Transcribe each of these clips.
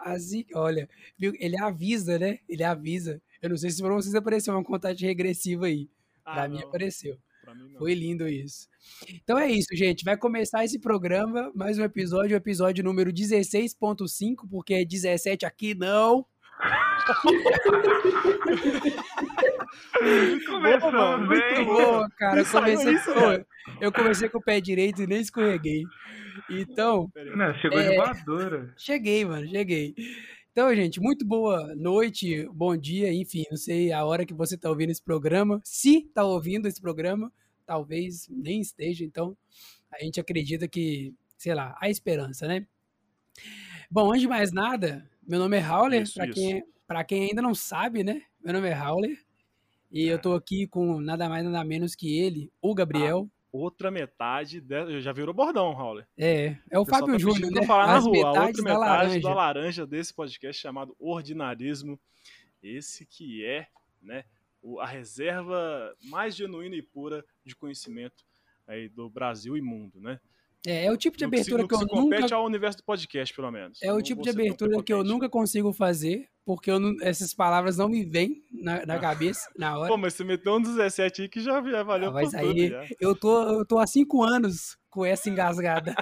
Assim, olha, viu, ele avisa, né? Ele avisa. Eu não sei se pra vocês apareceu é uma contagem regressiva aí. Ah, Pra mim não. apareceu. Pra mim, não. Foi lindo isso. Então é isso, gente. Vai começar esse programa, mais um episódio, o episódio número 16.5, porque é 17 aqui não. Começou Muito bem. bom, cara. Eu Saiu comecei, isso, pô, cara? eu comecei com o pé direito e nem escorreguei. Então, Pera aí. Não, chegou É. de voadora. cheguei, mano, cheguei. Então, gente, muito boa noite, bom dia, enfim, não sei a hora que você tá ouvindo esse programa. Se tá ouvindo esse programa, talvez nem esteja, então a gente acredita que, sei lá, há esperança, né? Bom, antes de mais nada, meu nome é Howler, Isso, pra isso. quem, pra quem ainda não sabe, né? Meu nome é Howler e É. eu tô aqui com nada mais nada menos que ele, Ah. o Gabriel. Outra metade dela. Já virou bordão, Raul. É, é o Eu só tô Fábio Júnior, pedindo pra né? falar na As rua. A outra metades metade da laranja. desse podcast é chamado Ordinarismo. Esse que é né, o- a reserva mais genuína e pura de conhecimento aí do Brasil e mundo, né? É, é o tipo de No que se- abertura no que, se eu compete nunca ao universo do podcast, pelo menos. é o Não tipo vou de ser tão abertura que eu tá prepotente. nunca consigo fazer, porque eu não- essas palavras não me vêm na, na cabeça na hora. Pô, mas você meteu um 17 aí que já, já valeu Ah, vai por tudo. sair. Já. Eu tô, eu tô há cinco anos com essa engasgada.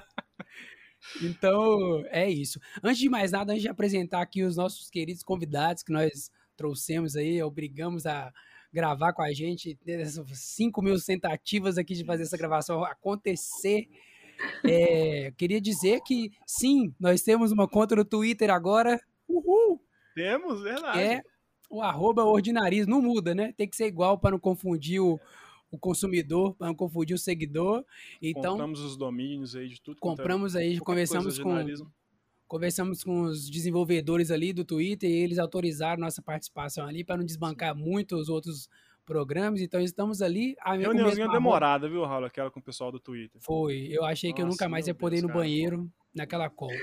Então, é isso. Antes de mais nada, antes de apresentar aqui os nossos queridos convidados que nós trouxemos aí, obrigamos a gravar com a gente, nessas 5 mil tentativas aqui de fazer essa gravação acontecer. É, queria dizer que sim, nós temos uma conta no Twitter agora. Uhul! Temos, verdade. é o arroba ordinariz. Não muda, né? Tem que ser igual para não confundir o, o consumidor, para não confundir o seguidor. Então, Compramos os domínios aí de tudo. quanto é compramos aí, qualquer coisa conversamos de com, jornalismo. conversamos com os desenvolvedores ali do Twitter e eles autorizaram nossa participação ali para não desbancar muito os outros programas. Então, estamos ali. A minha Reuniãozinha demorada, viu, Raul? Aquela com o pessoal do Twitter. Foi. Eu achei que eu Nossa, nunca mais meu ia poder ir Deus, no cara. é banheiro naquela cola.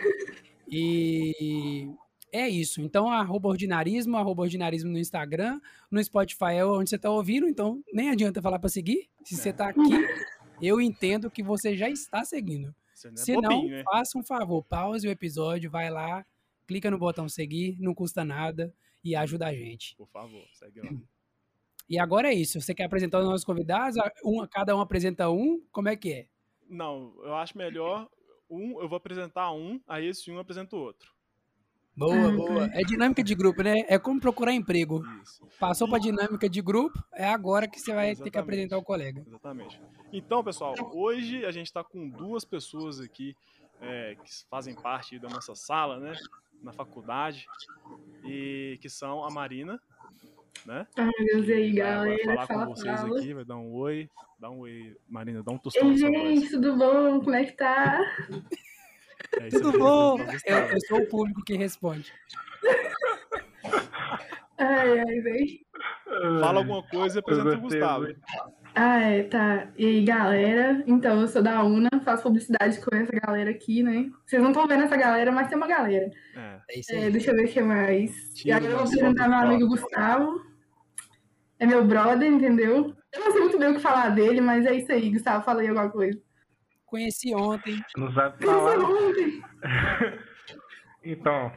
E é isso. Então, arroba ordinarismo, arroba ordinarismo no Instagram, no Spotify é onde você tá ouvindo, então nem adianta falar para seguir. Se você tá aqui, eu entendo que você já está seguindo. Você não é Se não, bobinho, né? faça um favor, pause o episódio, vai lá, clica no botão seguir, não custa nada e ajuda a gente. Por favor, segue lá. E agora é isso. Você quer apresentar os nossos convidados? Um, cada um apresenta um? Como é que é? Não, eu acho melhor um, eu vou apresentar um, aí esse um apresenta o outro. Boa, boa. É dinâmica de grupo, né? É como procurar emprego. Isso. Passou pra dinâmica de grupo, é agora que você vai ter que Exatamente. apresentar o colega. Exatamente. Então, pessoal, hoje a gente está com duas pessoas aqui é, que fazem parte da nossa sala, né? Na faculdade. E que são a Marina, né? Deus, e aí, que vai agora falar galera? Fala, com vocês fala. aqui, vai dar um oi. Dá um oi, Marina, dá um tostão Ei, na sua voz. gente, tudo bom? Como é que tá? É isso Tudo aí, bom? vocês estão Eu, gostando. eu sou o público que responde. Ai, ai, velho. Fala alguma coisa e apresenta Eu o gostei Gustavo. muito. Ai, tá. E aí, galera? Então, eu sou da UNA, faço publicidade com essa galera aqui, né? Vocês não estão vendo essa galera, mas tem uma galera. É. É isso É, aí. deixa eu ver o que mais. E Tira agora eu vou umas apresentar meu fotos amigo Gustavo. É meu brother, entendeu? Eu não sei muito bem o que falar dele, mas é isso aí, Gustavo. Falei alguma coisa. Conheci ontem. Não sabe Isso é falar. bom, velho. Então,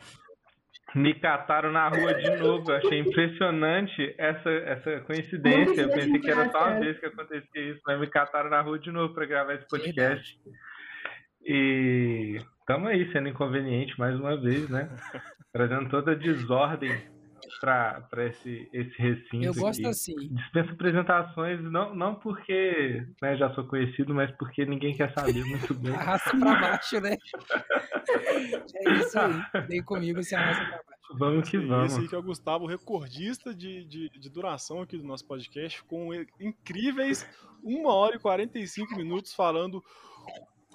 me cataram na rua de novo. Eu achei impressionante essa, essa coincidência. Eu pensei que era só uma vez que acontecia isso, mas me cataram na rua de novo para gravar esse podcast. E estamos aí, sendo inconveniente mais uma vez, né? Trazendo toda a desordem para esse, esse recinto. Eu gosto aqui. assim. Dispensa apresentações, não, não porque né, já sou conhecido, mas porque ninguém quer saber muito bem. Arrasta pra baixo, né? É isso aí. Vem comigo se arrasta pra baixo. Vamos que vamos. Esse aí que é o Gustavo, recordista de, de, de duração aqui do nosso podcast, com e- incríveis 1 hora e 45 minutos falando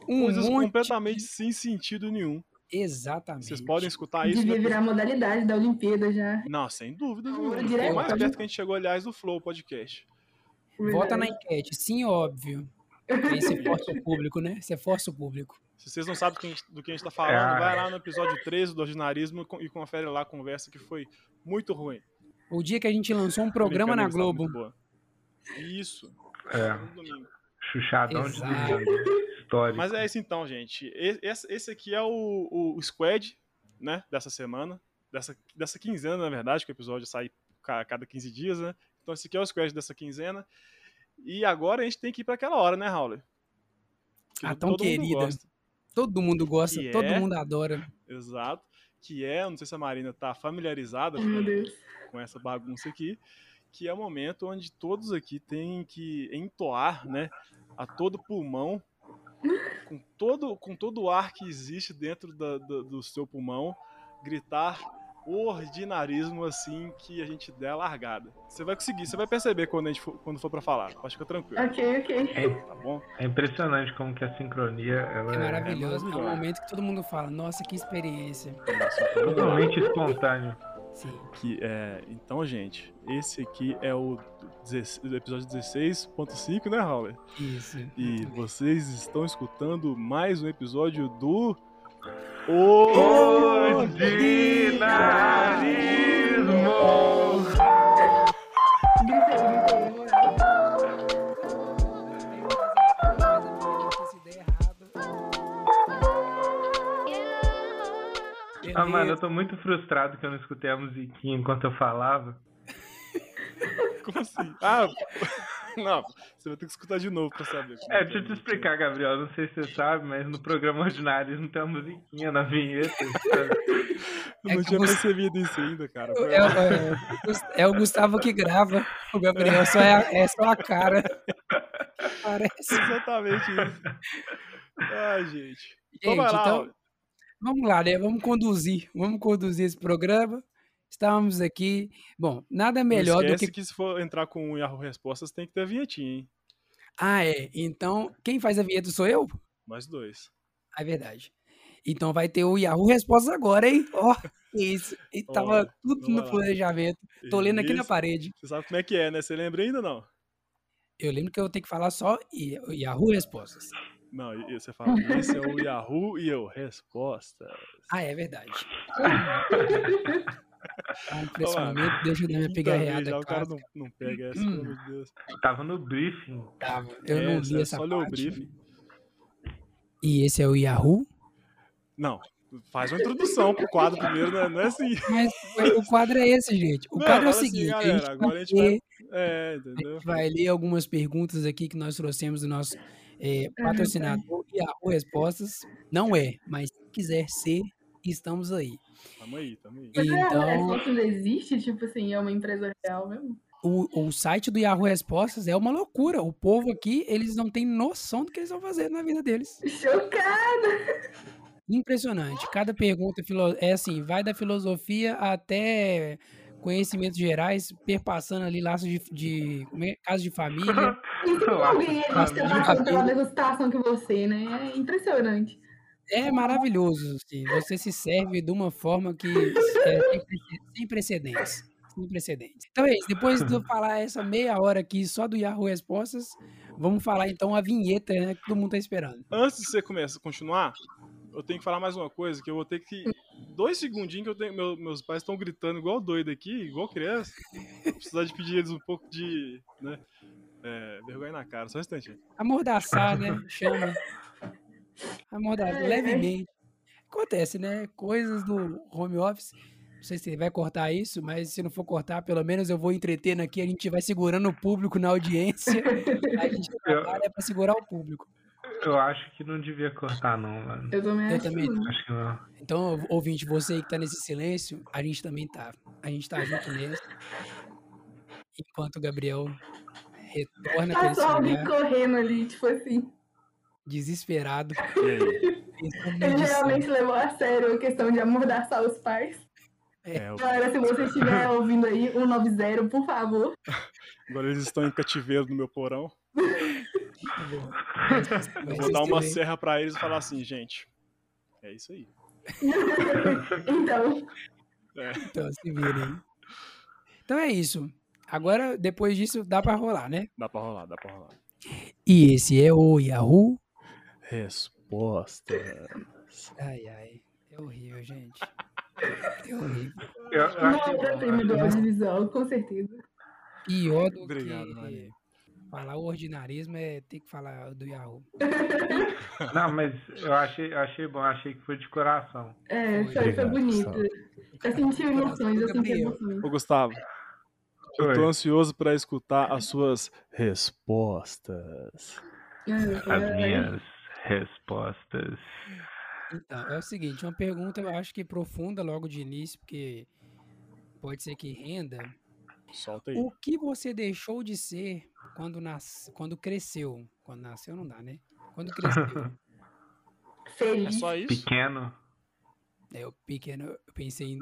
coisas Um monte. completamente sem sentido nenhum. Exatamente. Vocês podem escutar Ah, isso. Devia no episódio- virar modalidade da Olimpíada já. é Não, sem dúvida. Vamos nenhuma. Foi direto. né? mais perto que a gente chegou, aliás, do Flow Podcast. Vota na enquete. Sim, óbvio. Aí você força o público, né? Você força o público. Se vocês não sabem do que a gente- do que a gente tá falando, Ah. vai lá no episódio 13 do Ordinarismo e con- e confere lá a conversa que foi muito ruim. O dia que a gente lançou um programa na Brincando, Globo. muito boa. Isso. É, no domingo. chuchadão Exato. de domingo. Histórico. Mas é isso então, gente. E- Esse esse aqui é o, o- o squad né, dessa semana, dessa, dessa quinzena, na verdade, que o episódio sai a cada 15 dias, né? Então esse aqui é o Squash dessa quinzena. E agora a gente tem que ir para aquela hora, né, Raul? Que ah, tão querida. Mundo todo mundo gosta, que todo é... mundo adora. Exato. Que é, não sei se a Marina tá familiarizada com, com essa bagunça aqui, que é o momento onde todos aqui têm que entoar, né, a todo pulmão, com todo, com todo o ar que existe dentro da, da, do seu pulmão, gritar ordinarismo assim que a gente der a largada. Você vai conseguir, você vai perceber quando a gente for, quando for para falar. Pode ficar tranquilo. Ok, ok. É, tá bom? É impressionante como que a sincronia ela é maravilhosa. É, é um momento que todo mundo fala, nossa, que experiência. Totalmente espontâneo. Sim. Que, é, então, gente, esse aqui é o 16, episódio 16.5, né, Raul? Isso. E vocês estão escutando mais um episódio do Ordinarismo! Ah, mano, eu tô muito frustrado que eu não escutei a musiquinha enquanto eu falava. Como assim? Ah, não, você vai ter que escutar de novo pra saber. É, deixa eu te explicar, Gabriel. Não sei se você sabe, mas no programa ordinário não tem uma musiquinha na vinheta. eu não é tinha percebido Gust... isso ainda, cara. É, é, é, o Gustavo que grava. O Gabriel só é, a, é só a cara. Parece. Exatamente isso. Ai, gente. Então, gente, vai lá, então, vamos lá, né? Vamos conduzir. Vamos conduzir esse programa estávamos aqui. Bom, nada melhor do que. que se for entrar com o Yahoo Respostas, tem que ter a vinhetinha, hein? Ah, é. Então, quem faz a vinheta sou eu? Nós dois. É verdade. Então vai ter o Yahoo Respostas agora, hein? Ó, oh, isso. E tava oh, tudo no planejamento. Lá. Tô lendo aqui isso. na parede. Você sabe como é que é, né? Você lembra ainda ou não? Eu lembro que eu tenho que falar só Yahoo Respostas. Não, você fala, esse é o Yahoo e eu, respostas. Ah, é verdade. Ah, impressionamento, Olá, deixa eu dar minha pigarreada. O cara não, não pega essa, hum. meu Deus. Tava no briefing. Tava. Eu é, não li essa só parte. Só o briefing. E esse é o Yahoo? Não. Faz uma introdução pro quadro primeiro, né? não é assim. Mas o quadro é esse, gente. O não, quadro é o seguinte. Assim, galera, a gente agora a gente vai. É, a gente vai ler algumas perguntas aqui que nós trouxemos do nosso é, patrocinador Yahoo Respostas. Não é, mas se quiser ser, estamos aí. Tamo aí, tamo aí. Então, a Respostas existe, tipo assim, é uma empresa real mesmo? O, o site do Yahoo Respostas é uma loucura. O povo aqui, eles não têm noção do que eles vão fazer na vida deles. Chocada! Impressionante. Cada pergunta é assim, vai da filosofia até conhecimentos gerais, perpassando ali laços de, de é? casa de família. E se alguém é apaixonado pela degustação que você, né? É impressionante. É maravilhoso, assim. você se serve de uma forma que é sem precedentes. Sem precedentes. Então é isso. Depois de eu falar essa meia hora aqui só do Yahoo Respostas, vamos falar então a vinheta né, que todo mundo está esperando. Antes de você começar, continuar, eu tenho que falar mais uma coisa, que eu vou ter que. Dois segundinhos que eu tenho. Meu, meus pais estão gritando igual doido aqui, igual criança. Vou precisar de pedir eles um pouco de. Né, é, vergonha na cara, só um instantinho. Amordaçar, né? Chama. Amordado, é, levemente. Acontece, né? Coisas do home office. Não sei se vai cortar isso, mas se não for cortar, pelo menos eu vou entretendo aqui. A gente vai segurando o público na audiência. A gente trabalha eu, pra segurar o público. Eu acho que não devia cortar, não, mano. Eu também, eu acho, também não. acho que não. Então, ouvinte, você que tá nesse silêncio, a gente também tá. A gente tá junto nessa. Enquanto o Gabriel retorna tá pra esse né? Tá só alguém correndo ali, tipo assim desesperado. Ele realmente levou a sério a questão de amordaçar os pais. É, Galera, se você estiver ouvindo aí, 190, por favor. Agora eles estão em cativeiro no meu porão. Eu vou dar uma serra para eles e falar assim, gente, é isso aí. então. É. Então, se virem. Então é isso. Agora, depois disso, dá para rolar, né? Dá para rolar, dá para rolar. E esse é o Yahoo Resposta. Ai, ai. É horrível, gente. É horrível. Eu, né? eu não, eu tenho melhor divisão, com certeza. Pior do Obrigado, que... Maria. Falar o ordinarismo é ter que falar do Yahoo. Não, mas eu achei, achei bom, achei que foi de coração. É, foi, foi, foi bonito. Eu senti emoções, eu senti emoções. Ô, Gustavo. Eu tô ansioso para escutar as suas respostas. É, As minhas respostas. Então, é o seguinte, uma pergunta eu acho que profunda logo de início, porque pode ser que renda. Solta aí. O que você deixou de ser quando, nas... quando cresceu? Quando nasceu não dá, né? Quando cresceu. é só isso? Pequeno. É, eu pequeno, eu pensei em...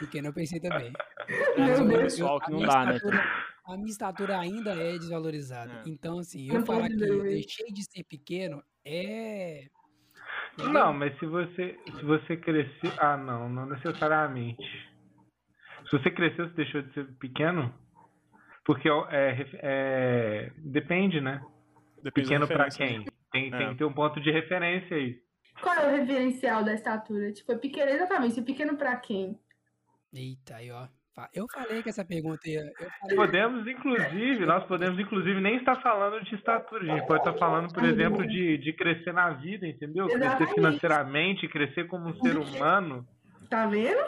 pequeno, eu pensei também. É, o pessoal que não dá, né? A minha estatura ainda é desvalorizada. É. Então, assim, eu falar que eu deixei de ser pequeno é não, mas se você se você crescer, ah não, não necessariamente. Se você cresceu, você deixou de ser pequeno? Porque é, é depende, né? Depende pequeno para quem? Tem, é. tem que ter um ponto de referência aí. Qual é o referencial da estatura? Tipo, é pequeno exatamente, é pequeno para quem? Eita, aí ó. Eu falei que essa pergunta ia. Podemos, inclusive, nós podemos, inclusive, nem estar falando de estatura. A gente pode estar falando, por exemplo, de, de crescer na vida, entendeu? Crescer financeiramente, crescer como um ser humano. Tá vendo?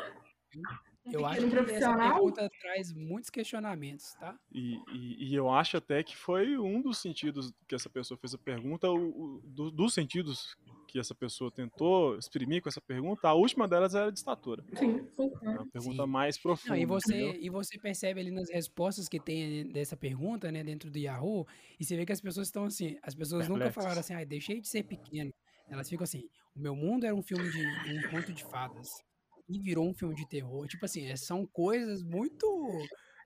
Um Eu acho que essa pergunta traz muitos questionamentos, tá? E, e, e, eu acho até que foi um dos sentidos que essa pessoa fez a pergunta, o, o do, dos sentidos que essa pessoa tentou exprimir com essa pergunta, a última delas era de estatura. Sim, sim. É uma pergunta sim. mais profunda. Não, e, você, entendeu? e você percebe ali nas respostas que tem eh, dessa pergunta, né, dentro do Yahoo, e você vê que as pessoas estão assim, as pessoas Perplexos. nunca falaram assim, ah, deixei de ser pequeno. Elas ficam assim, o meu mundo era um filme de um conto de fadas e virou um filme de terror. Tipo assim, são coisas muito.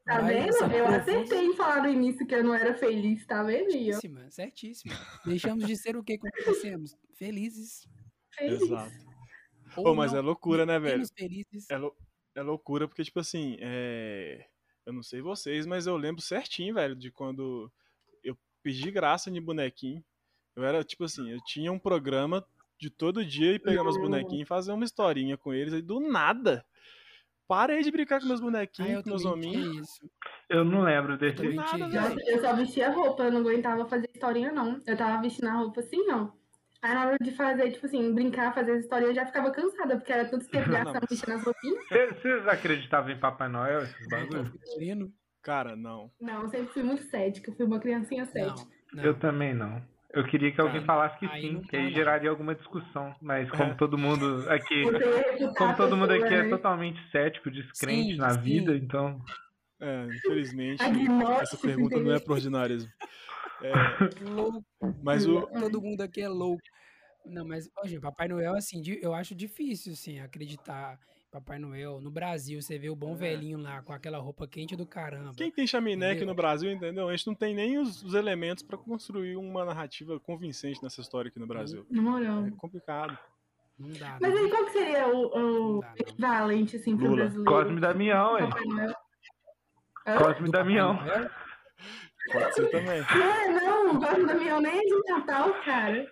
Tá vendo? Eu acertei em falar no início que eu não era feliz, tá vendo? Certíssima, certíssima. Deixamos de ser o que acontecemos? Felizes. Felizes. Exato. Ou oh, mas não, é loucura, né, velho? Felizes. É, lou é loucura, porque, tipo assim, é... eu não sei vocês, mas eu lembro certinho, velho, de quando eu pedi graça de bonequinho. Eu era, tipo assim, eu tinha um programa de todo dia e pegar meus bonequinhos e fazer uma historinha com eles. Aí do nada, parei de brincar com meus Ah, bonequinhos, Ai, com meus É hominhos. Eu não lembro desse do nada, velho. Eu só vestia roupa, eu não aguentava fazer historinha, não. Eu tava vestindo a roupa assim, não. Aí na hora de fazer, tipo assim, brincar, fazer as historinha, eu já ficava cansada, porque era tudo esquebração, vestindo as roupinhas. Vocês acreditavam em Papai Noel, esses bagulhos? Cara, não. Não, eu sempre fui muito cética, eu fui uma criancinha cética. Não, não. Eu também não. Eu queria que alguém falasse que aí sim, que aí geraria alguma discussão. Mas como é. todo mundo aqui. Como todo mundo aqui né? é totalmente cético, descrente sim, na sim. vida, então. É, infelizmente, essa pergunta não é pro ordinarismo. É, louco. Mas o... Hum. Todo mundo aqui é louco. Não, mas, ó, gente, Papai Noel, assim, eu acho difícil, assim, acreditar Papai Noel. No Brasil, você vê o bom é. velhinho lá com aquela roupa quente do caramba. Quem tem chaminé entendeu? aqui no Brasil, entendeu? A gente não tem nem os, os elementos para construir uma narrativa convincente nessa história aqui no Brasil. Na moral. É complicado. Não dá. Mas não. aí qual que seria o, o dá, equivalente, assim, pro Lula. brasileiro? Cosme Damião, hein? Cosme Damião. Pode ser também. É, não, Cosme Damião nem é de Natal, cara.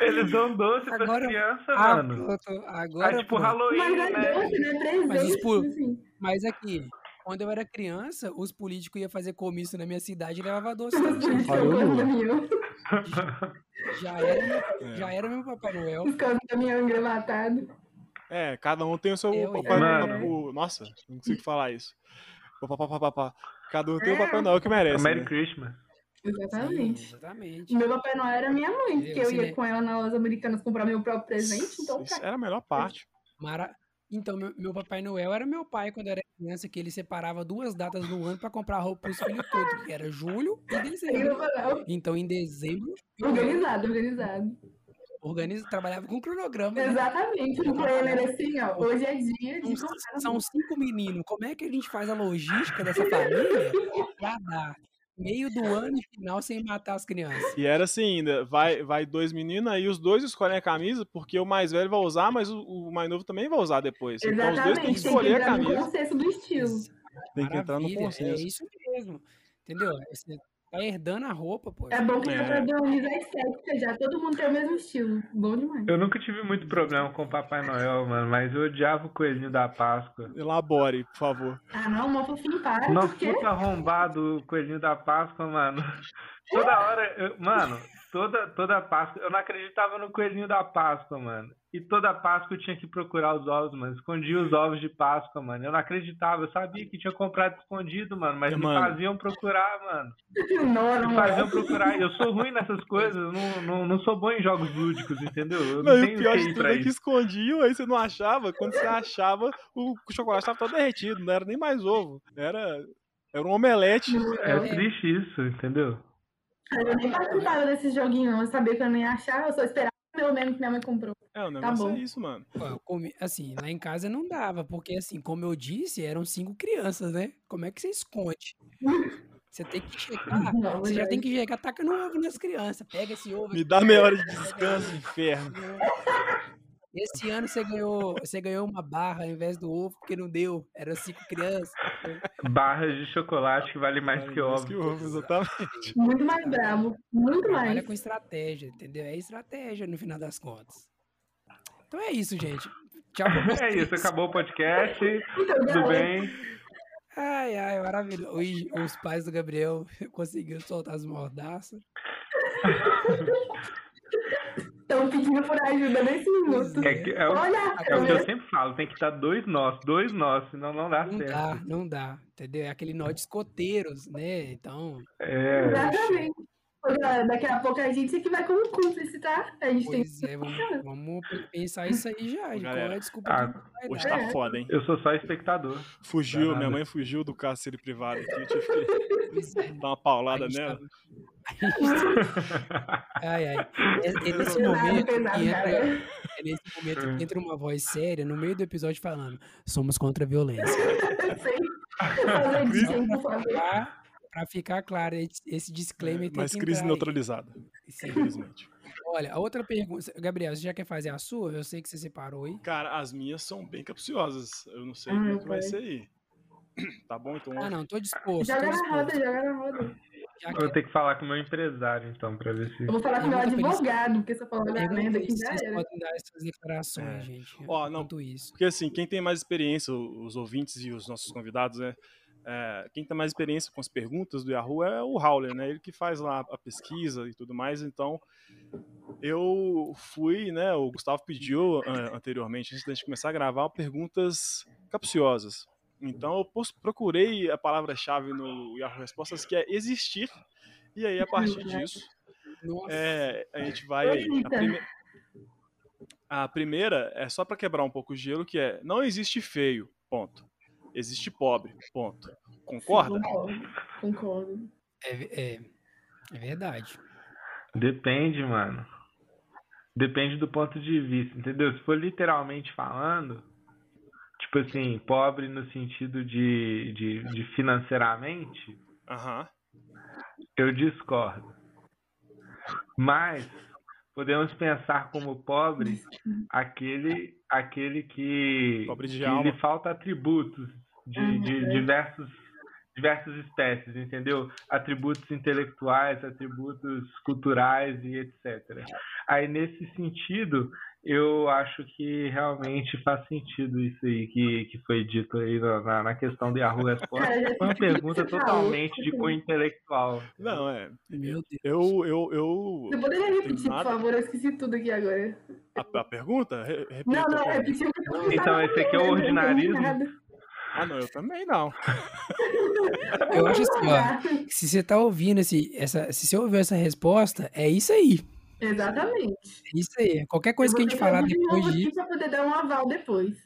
Eles dão doce pra agora, criança, ah, mano. Eu tô, agora, é tipo Halloween, mas né? Doce, né? Presente, mas, por... assim. mas aqui, quando eu era criança, os políticos iam fazer comício na minha cidade e levavam doce. já, era, é. já era meu Papai Noel. Os caminhão engravatado. É, cada um tem o seu eu, Papai Noel. Nossa, não consigo falar isso. Cada um tem o Papai Noel que merece. Merry né? Christmas. Exatamente. Sim, exatamente. Meu Papai Noel era minha mãe, porque eu, eu ia né? com ela nas Americanas comprar meu próprio presente, então... Isso era a melhor parte. Mara... Então, meu, meu, Papai Noel era meu pai quando eu era criança, que ele separava duas datas no ano para comprar roupa pros filhos todos, que era julho e dezembro. Então, em dezembro... Organizado, organizado. Organiza, trabalhava com cronograma. Né? Exatamente, o plano era assim, ó, hoje é dia de são, são cinco meninos, como é que a gente faz a logística dessa família pra dar meio do ano e final sem matar as crianças. E era assim ainda, vai, vai dois meninos aí os dois escolhem a camisa, porque o mais velho vai usar, mas o, o mais novo também vai usar depois. Exatamente, então os dois têm que escolher a camisa. Tem que entrar no consenso do estilo. Tem que entrar no consenso. É isso mesmo, é entendeu? Você Tá herdando a roupa, pô. É bom que É. dá pra organizar a estética já. Todo mundo tem o mesmo estilo. Bom demais. Eu nunca tive muito problema com o Papai Noel, mano, mas eu odiava o coelhinho da Páscoa. Elabore, por favor. Ah, não, mó fofinho, para. Nossa, Por quê? puta arrombado o coelhinho da Páscoa, mano. Toda hora, eu- mano, toda, toda Páscoa, eu não acreditava no coelhinho da Páscoa, mano. E toda Páscoa eu tinha que procurar os ovos, mano. Escondia os ovos de Páscoa, mano. Eu não acreditava, eu sabia que tinha comprado escondido, mano, mas É, me mano. faziam procurar, mano. Não, Me não. faziam procurar. Eu sou ruim nessas coisas, eu não, não, não sou bom em jogos lúdicos, entendeu? Eu não, Não, e tenho o pior QI de tudo pra é que isso. escondiam, aí você não achava. Quando você achava, o chocolate tava todo derretido, não era nem mais ovo. Era, era um omelete. É triste isso, entendeu? Eu nem participava desses joguinhos, não. Eu sabia que eu não ia achar. Eu só esperava pelo menos que minha mãe comprou. É, Tá o negócio bom. é isso, mano. Pô, eu comi- assim, lá em casa não dava, porque assim, como eu disse, eram cinco crianças, né? Como é que você esconde? Você tem que checar, Não, Ah, você já gente. tem que checar, taca no ovo nas crianças, pega esse ovo. Me aqui, dá meia hora pega de descanso, inferno. esse ovo. Esse ano você ganhou, você ganhou uma barra ao invés do ovo, porque não deu. Eram cinco crianças. Barras de chocolate que vale mais que É, Mais ovo. que ovo, exatamente. Muito mais bravo. Muito Trabalha mais. com estratégia, entendeu? É estratégia no final das contas. Então é isso, gente. Tchau. pra É vocês. isso, acabou o podcast. Então, Tudo galera, bem? Ai, ai, maravilhoso. Ih, Os pais do Gabriel conseguiram soltar as mordaças. Estão pedindo por ajuda nesse minuto. É, que- é o, Olha, é o que eu sempre falo, tem que estar dois nós, dois nós, senão não Tá dá Não certo. dá, não dá, entendeu? É aquele nó de escoteiros, né? Então, É, exatamente. Ô, galera, daqui a pouco a gente que vai como cúmplice, tá? A gente tem pois é, vamos, vamos pensar isso aí já. gente. Qual é a galera, desculpa ah, que vai Hoje dar? tá foda, hein? eu sou só espectador. Fugiu, Danada. minha mãe fugiu do cárcere privado aqui. Eu tive que Pois é, dar uma paulada a gente nela. tá- Ai, ai. É, é nesse Pesado, momento pesado, que entra, galera. é nesse momento que entra uma voz séria no meio do episódio falando: somos contra a violência. sei. Fazer edição, por favor. Pra, pra ficar claro, esse- esse disclaimer tem É, Mas que crise entrar aí. neutralizada, Sim. infelizmente. Olha, a outra pergunta. Gabriel, você já quer fazer a sua? Eu sei que você separou aí. Cara, as minhas são bem capciosas. Eu não sei Ah, como é que vai ok. ser aí. Tá bom, então. Ah, não, tô disposto. Joga tô na roda, disposto. joga na roda. Já Eu vou que ter que falar com o meu empresário, então, pra ver se. Eu vou falar com o meu Pergunta pra eles- advogado, porque se eu falar da merda pergunta aí aqui se já vocês era. podem dar essas declarações, É. gente. Ó, não. Enquanto isso. Porque assim, quem tem mais experiência, o- os ouvintes e os nossos convidados, né? é, quem tem mais experiência com as perguntas do Yahoo é o Howler, né? Ele que faz lá a pesquisa e tudo mais. Então, eu fui, né? O Gustavo pediu é, anteriormente, antes da gente começar a gravar, perguntas capciosas. Então, eu pos- procurei a palavra-chave no Yahoo Respostas, que é existir. E aí, a partir disso, Nossa, é, a gente vai. aí. A, prime- a primeira é só pra quebrar um pouco o gelo, que é não existe feio, ponto. Existe pobre, ponto. Concorda? Concordo. Concordo. é, ve- é, é verdade. Depende, mano. Depende do ponto de vista, entendeu? Se for literalmente falando, tipo assim, pobre no sentido de, de, de financeiramente, Aham. eu discordo. Mas podemos pensar como pobre aquele, aquele que, Pobre de que alma. lhe falta atributos de, de diversos, diversas espécies, entendeu? Atributos intelectuais, atributos culturais e etc. Aí nesse sentido, eu acho que realmente faz sentido isso aí que, que foi dito aí na, na- na questão de Yahoo Resposta. Cara, já Foi uma pergunta totalmente Tipo, de cunho intelectual. Não, é. Meu Deus. Eu. eu, eu Você poderia repetir, por nada- favor? Eu esqueci tudo aqui agora. a, a pergunta? Re- repita Não, a não, é pergunta. repetiu. Então, esse aqui é o ordinarismo? Ah, não, eu também não. Eu acho assim, ó. Se você tá ouvindo esse, essa, se você ouviu essa resposta, é isso aí. Exatamente. É isso aí. Qualquer coisa que a gente falar depois disso. disso. Pra poder dar um aval depois.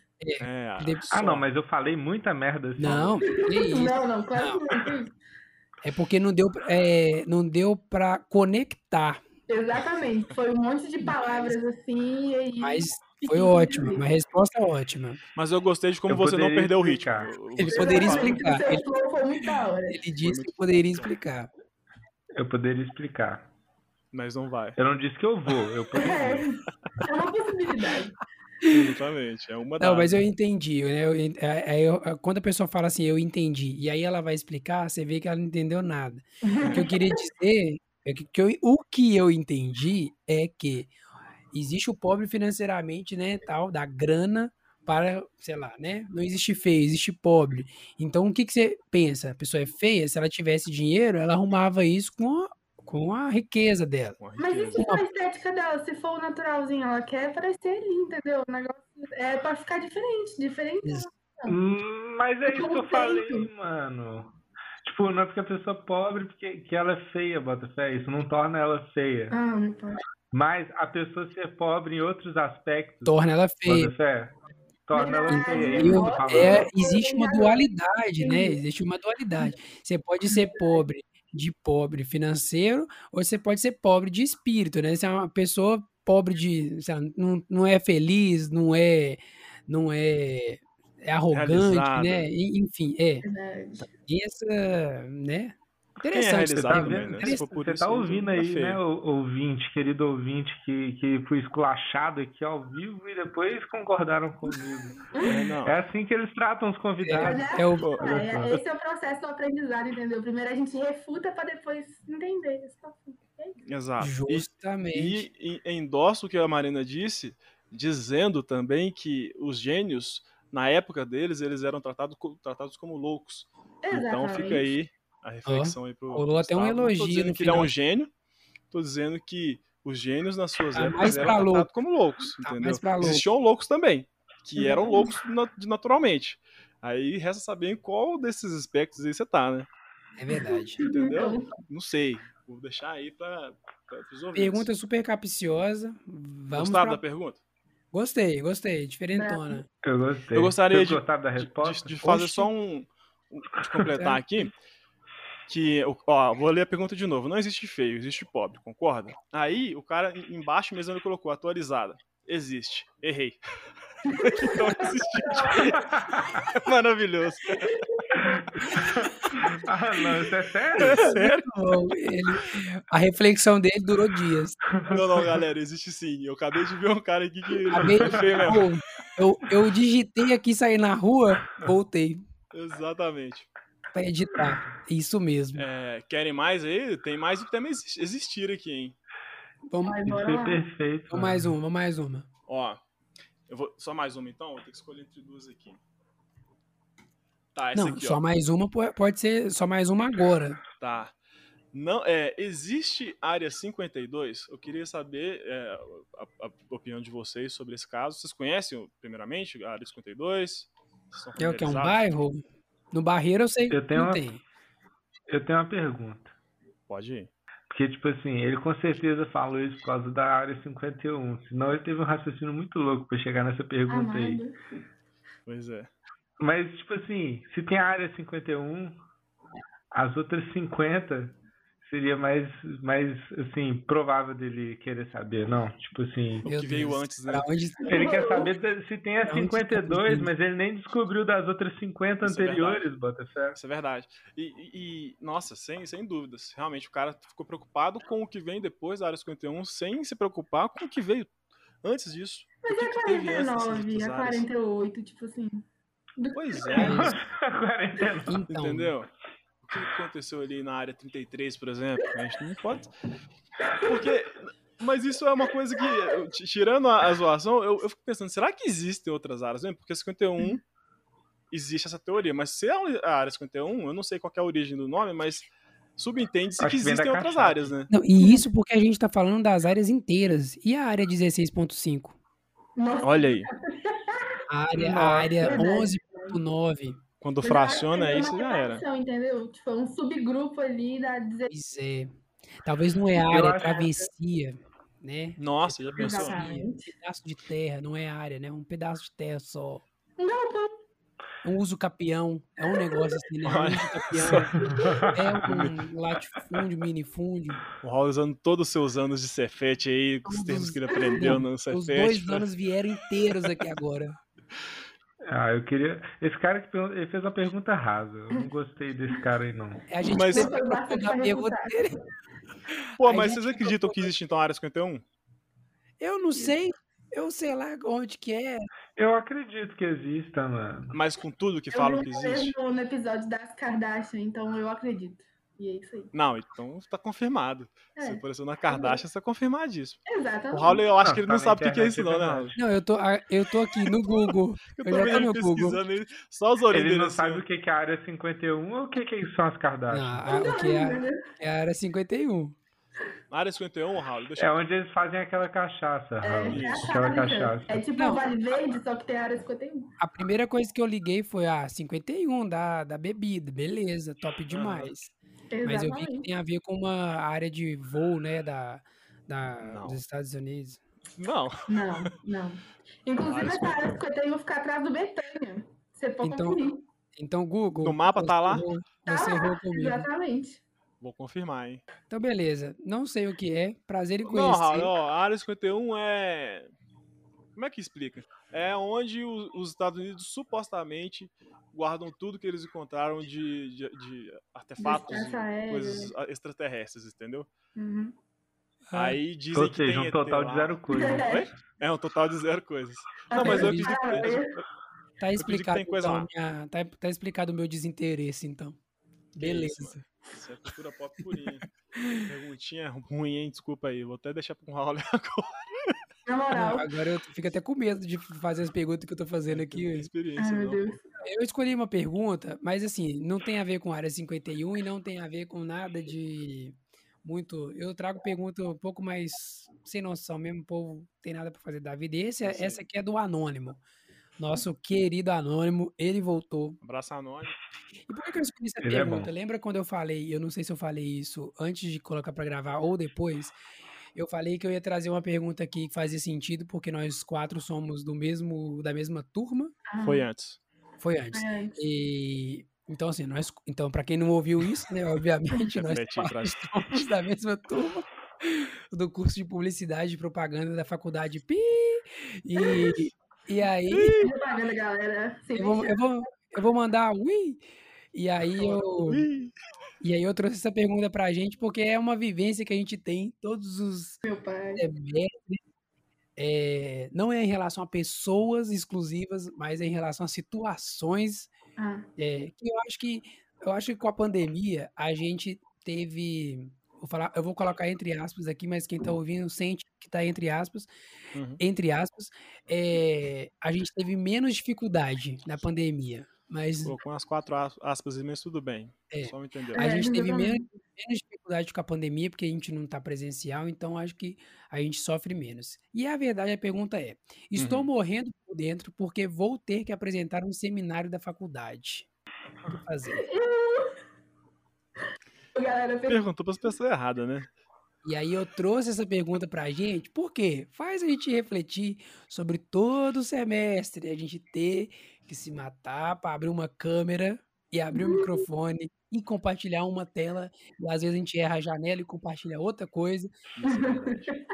É, a- de- Ah, não, mas eu falei muita merda assim. Não, que isso. Não, não, claro que não. É porque não deu, pra- é, não deu para conectar, Exatamente. Foi um monte de palavras assim. E aí... mas foi ótimo. Uma resposta ótima. Mas eu gostei de como Eu você não poderia perdeu o ritmo. explicar. Eu- eu- Ele você poderia fala- explicar. O seu flow foi muito da hora. Ele disse que poderia então. explicar. Eu poderia explicar. Mas não vai. Eu não disse que eu vou, eu poderia. É, é uma é possibilidade. Exatamente, é uma Não, mas eu entendi. Né? Eu, é- é- eu- quando a pessoa fala assim, eu entendi, e aí ela vai explicar, você vê que ela não entendeu nada. O que eu queria dizer é que, que eu- o que eu entendi é que existe o pobre financeiramente, né, tal, da grana para, sei lá, né? Não existe feio, existe pobre. Então, o que, que você pensa? A pessoa é feia, se ela tivesse dinheiro, ela arrumava isso com a, com a riqueza dela. Uma Mas e riqueza. se for a estética dela? Se for o naturalzinho, ela quer parecer ali, entendeu? O negócio é pra ficar diferente, diferente. Isso. Hum, Mas é isso que eu Conceito. falei, mano. Tipo, não é porque a pessoa é pobre porque, que ela é feia, Botafé. Isso não torna ela feia. Ah, não pode. Mas a pessoa ser pobre em outros aspectos, Torna ela feia. Botafé, torna ela feia. E É isso que o- eu tô falando. é, existe uma dualidade, né? Existe uma dualidade. Você pode ser pobre de pobre financeiro, ou você pode ser pobre de espírito, né? Se é uma pessoa pobre de. sei lá, não, não é feliz, não é. não é, é arrogante, Realizada. né? E- Enfim, é. Verdade. E essa. né? Quem é Interessante. esse realizado tema, vendo? também, né? Se for por Você isso, tá não ouvindo tá aí, feio. né, o- ouvinte, querido ouvinte, que, que fui esculachado aqui ao vivo e depois concordaram comigo. É, não. É assim que eles tratam os convidados. É, é o, Pô, Ah, é- esse é o processo do aprendizado, entendeu? Primeiro a gente refuta pra depois entender. Isso tá tudo bem. Exato. Ah, E- justamente. E, e endosso o que a Marina disse, dizendo também que os gênios, na época deles, eles eram tratado co- tratados como loucos. Então fica aí a reflexão aí pro. rolou até um Gustavo. Não elogio Tô no dizendo que ele é final. um gênio, tô dizendo que os gênios nas suas Tá épocas mais eram pra tratados louco. como loucos, Tá entendeu? mais pra louco. Uhum. Existiam loucos também, que eram loucos na- de- naturalmente. Aí resta saber em qual desses aspectos aí você tá, né? É verdade. Entendeu? Então, Não sei. Vou deixar aí pra, pra os ouvintes. Pergunta super capiciosa. Vamos Gostaram pra- da pergunta? Gostei, gostei. Diferentona. Eu gostei. Eu gostaria Vocês de- gostaram da de- resposta? De, de fazer Oxi. só um. um- De completar aqui. Que, ó, vou ler a pergunta de novo. Não existe feio, existe pobre, concorda? Aí o cara em- embaixo mesmo ele colocou atualizada. Existe. Errei. Então existe. Maravilhoso. Ah, não, isso é sério? É sério? Bom, ele- a reflexão dele durou dias. Não, não, galera, existe sim. Eu acabei de ver um cara aqui que Acabei- é feio Pô, mesmo. eu, eu digitei aqui, saí na rua, voltei Exatamente. pra editar. Isso mesmo. É, querem mais aí? Tem mais do que também exi- existir aqui, hein? Vamos, Mas Isso bora foi lá. perfeito. Ah. vamos mais uma, mais uma. Ó, eu vou só mais uma então, vou ter que escolher entre duas aqui. Tá, essa Não, aqui, só ó. mais uma po- pode ser só mais uma agora. Tá. Não, é, existe área 52? Eu queria saber é, a, a opinião de vocês sobre esse caso. Vocês conhecem, primeiramente, a área 52? Vocês estão É o que? É um familiarizados? bairro? No Barreiro eu sei que Eu tenho não uma- tem. Eu tenho uma pergunta. Pode ir. Porque, tipo assim, ele com certeza falou isso por causa da área 51. Senão ele teve um raciocínio muito louco pra chegar nessa Ah, pergunta aí. Amado. Pois é. Mas, tipo assim, se tem a área 51, as outras 50 seria mais, mais assim, provável dele querer saber, não? Tipo assim. O Meu que veio Deus, antes, né? pra onde- Ele quer saber da- se É um tem a tipo Não, 52, mas ele nem descobriu das outras 50 Isso é anteriores, Botafé. Isso é verdade. E, e- e, nossa, sem, sem dúvidas. Realmente, o cara ficou preocupado com o que vem depois da área 51, sem se preocupar com o que veio antes disso. O Mas que é que teve antes dessas 49, é outras áreas? 48, tipo assim. Pois É é, isso, 49. Então, entendeu? O que aconteceu ali na área 33, por exemplo? A gente não pode. Porque. Mas isso é uma coisa que, eu, ti- tirando a, a zoação, eu, eu fico pensando, será que existem outras áreas mesmo? Porque Hum. 51 existe essa teoria, mas se é a área 51, eu não sei qual que é a origem do nome, mas subentende-se Acho que que vem da existem outras cachaça. áreas, né? Não, e isso porque a gente tá falando das áreas inteiras. E a área 16.5? Nossa, Olha aí, A área, a Nossa. área Verdade. 11.9 quando mas fraciona eu aí, acho você que é uma já era. fração, Entendeu? Tipo, é um subgrupo ali da 16. Pois é. Talvez não é Eu área, é acho- travessia, né? Nossa, já pensou? Exatamente. Pedaço de terra, não é área, né? Um pedaço de terra só. Não, Um uso capião, é um negócio assim, né? Um Olha uso capião, é um latifúndio, minifúndio. O Raul usando todos os seus anos de Cefete aí, com os termos que ele aprendeu no Os Cefete. tá? dois anos vieram inteiros aqui agora. Ah, eu queria. Esse cara que pergun- ele fez uma pergunta rasa. Eu não gostei desse cara aí, não. A gente Mas- teve que pegar a pergunta dele. Pô, Aí mas já né? um? vocês acreditam que existe então a Área 51? Eu não sei. Eu sei lá onde que é. Eu acredito que exista, mano. Mas com tudo que falam que existe. Eu vi um no episódio das Kardashian, então eu acredito. E é isso aí. Não, então tá confirmado. É. Se apareceu na Kardashian, tá confirmadíssimo. O Exatamente. Raul, eu acho Não, que ele tá não na sabe o que que é internet, isso, é não, né, verdade. Raul? Não, eu tô, ah, eu tô aqui no Google. Eu Eu já tô tô no vendo pesquisando ele, só os orelhas. Ele não assim, sabe ó. o que que é a área 51 ou o que que são as Kardashian. Ah, o que é, é a área 51. Área 51, Raul, deixa É onde eles fazem aquela Ah, cachaça, É, Raul. é a Aquela fábrica. cachaça. É tipo Não. o Vale Verde, só que tem a área 51. A primeira coisa que eu liguei foi "Ah, a 51 da, da bebida. Beleza, top demais. Mas eu vi que Exatamente. tem a ver com uma área de voo, né, da, da, Não. dos Estados Unidos. Não, Não, não. Inclusive, Área essa área 51 fica atrás do Betânia. Você pode Então, conferir. Então, Google. No mapa tá você lá? errou- Tá Você lá, errou comigo. Exatamente. vou confirmar, hein. Então, beleza. Não sei o que é. Prazer em Não, Raul, conhecer. ó, a Área 51 é... Como é que explica? É onde o- os Estados Unidos supostamente guardam tudo que eles encontraram de, de- de artefatos Descansa e é. aéreo. coisas a- extraterrestres, entendeu? Uhum. Ah. Aí dizem Ou que seja, tem um ET total lá. de zero coisa. É. Oi? É um total de zero coisas. Não, Até mas eu vi. acredito, Ah, Tá eu- acredito que tem explicado, coisa então, lá. minha- tá, tá explicado o meu desinteresse, então. isso, Beleza. Isso é cultura pop purinha. Perguntinha ruim, hein? Desculpa aí. Vou até deixar um pro Raul agora. Não, Na moral. Ah, agora eu fico até com medo de fazer as perguntas que eu tô fazendo que não tem aqui. Ai, experiência, meu não. Deus. Eu escolhi uma pergunta, mas assim, não tem a ver com a área 51 e não tem a ver com nada de muito. Eu trago pergunta um pouco mais sem noção mesmo, o povo tem nada pra fazer da vida. E esse, é- Sim. essa aqui é do Anônimo. Hum. Nosso querido Anônimo, ele voltou. Abraço anônimo. E por que que eu escolhi essa Ele é bom. pergunta? Lembra quando eu falei, eu não sei se eu falei isso antes de colocar pra gravar ou depois, eu falei que eu ia trazer uma pergunta aqui que fazia sentido, porque nós quatro somos do mesmo, da mesma turma. Ah, É, Foi antes. Foi antes. ai, E então assim, nós, então para quem não ouviu isso, né, obviamente nós Reflete aí pra gente. somos da mesma turma do curso de publicidade e propaganda da faculdade Pi. E e aí propaganda, tá galera. Sim, eu vou, eu vou, eu vou mandar ui. E aí eu Ih, e aí eu trouxe essa pergunta pra gente porque é uma vivência que a gente tem todos os meu pai. semestres. É, não é em relação a pessoas exclusivas, mas é em relação a situações Ah, é, que eu acho que eu acho que com a pandemia a gente teve, vou falar, eu vou colocar entre aspas aqui, mas quem tá ouvindo sente que tá entre aspas, Uhum. entre aspas, é, a gente teve menos dificuldade na pandemia, mas Colocou umas quatro as- aspas e mas tudo bem. É. Só me entendeu. a É, gente teve menos, exatamente. menos dificuldade com a pandemia, porque a gente não está presencial, então acho que a gente sofre menos. E a verdade, a pergunta é: estou Uhum. morrendo por dentro porque vou ter que apresentar um seminário da faculdade. O que fazer? Galera, fez- Perguntou pras pessoas erradas, né? E aí eu trouxe essa pergunta pra gente, porque faz a gente refletir sobre todo o semestre, a gente ter que se matar pra abrir uma câmera e abrir Uhum. o microfone e compartilhar uma tela, e às vezes a gente erra a janela e compartilha outra coisa. Isso é verdade.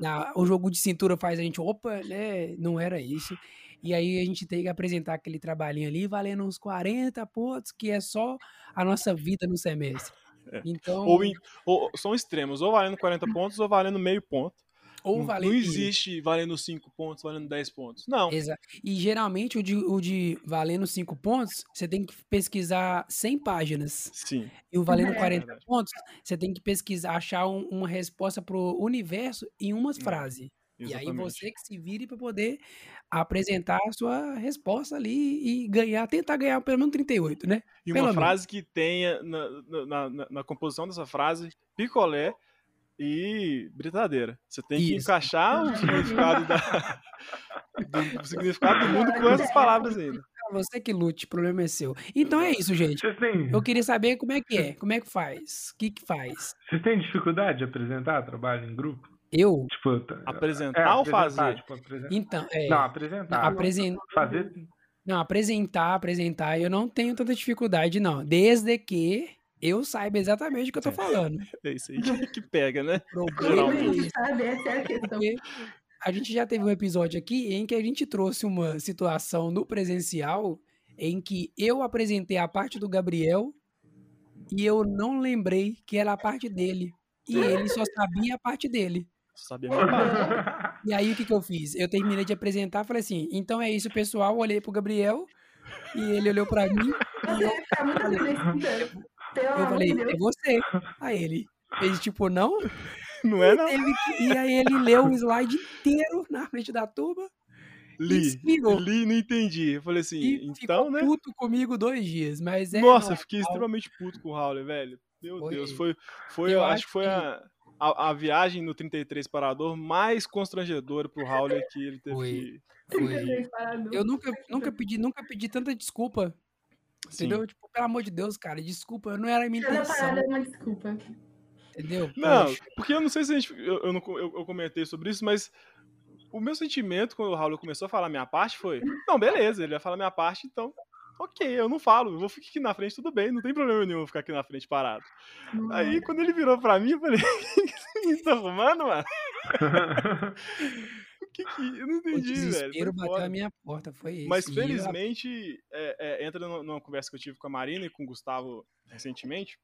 Na- o jogo de cintura faz a gente, opa, né, não era isso. E aí a gente tem que apresentar aquele trabalhinho ali valendo uns 40 pontos, que é só a nossa vida no semestre. É. Então, ou, em- ou- são extremos, ou valendo 40 pontos, ou valendo meio ponto. ou não, valendo É. não isso. existe valendo 5 pontos, valendo 10 pontos. Não. Exa- E geralmente o de, o de valendo 5 pontos, você tem que pesquisar 100 páginas. Sim. E o valendo É. 40 Verdade. pontos, você tem que pesquisar, achar um- uma resposta pro universo em uma frase. E aí Exatamente. você que se vire para poder apresentar a sua resposta ali e ganhar, tentar ganhar pelo menos 38, né? E Pelo uma menos. frase que tenha na, na- na- na composição dessa frase picolé e britadeira. Você tem que Isso. encaixar o significado, da, do, o significado do mundo com essas palavras né? ainda. Ah, Você que lute, o problema é seu. Então é isso, gente. Vocês têm, Eu queria saber como é que é, como é que faz, o que que faz. vocês têm dificuldade de apresentar trabalho em grupo? Eu, Tipo, tá- Apresentar é, ou fazer? Tipo, apresentar. então, é, Não, tá. apresentar. apresentar. Fazer. Não, apresentar, apresentar, eu não tenho tanta dificuldade, não. Desde que eu saiba exatamente o que eu tô falando. É isso aí que, que pega, né? O problema é Ninguém isso, sabe, essa é a questão. porque a gente já teve um episódio aqui em que a gente trouxe uma situação no presencial em que eu apresentei a parte do Gabriel e eu não lembrei que era a parte dele. E ele só sabia a parte dele. Sabia minha parte. E aí o que, que eu fiz? Eu terminei de apresentar, falei assim, então é isso, pessoal. Olhei pro Gabriel e ele olhou pra mim. Você ia ficar muito agradecida. Pelo Eu amor falei, de Ah, Deus. é você. Aí ele fez tipo, não. Não é, não? Teve que- e aí ele leu o slide inteiro na frente da turma Li. Inspirou. Li e não entendi. Eu falei assim, e então, ficou né? puto comigo dois dias. Mas é. Nossa, não, eu fiquei extremamente puto com o Howler, velho. Meu Foi- Deus, foi. foi Eu eu acho, acho que foi a, a, a viagem no 33 Parador mais constrangedora pro Howler que ele teve. Foi. que- foi- 33 parador. Eu nunca, nunca pedi, nunca pedi tanta desculpa. Sim. Entendeu? Tipo, pelo amor de Deus, cara, desculpa, eu não era a minha Cada intenção, parada é uma desculpa. entendeu? Não, Poxa, porque eu não sei se a gente. Eu, eu, não co- eu- eu comentei sobre isso, mas o meu sentimento quando o Raul começou a falar minha parte foi: não, beleza, ele vai falar minha parte, então. Ok, eu não falo, eu vou ficar aqui na frente, tudo bem, não tem problema nenhum eu ficar aqui na frente parado. Aí quando ele virou pra mim, eu falei: o que você tá arrumando, mano? O que que. Eu não o entendi, velho. desespero foi bateu foda. na minha porta, foi isso. Mas E eu- felizmente, é, é, entra numa- numa conversa que eu tive com a Marina e com o Gustavo recentemente,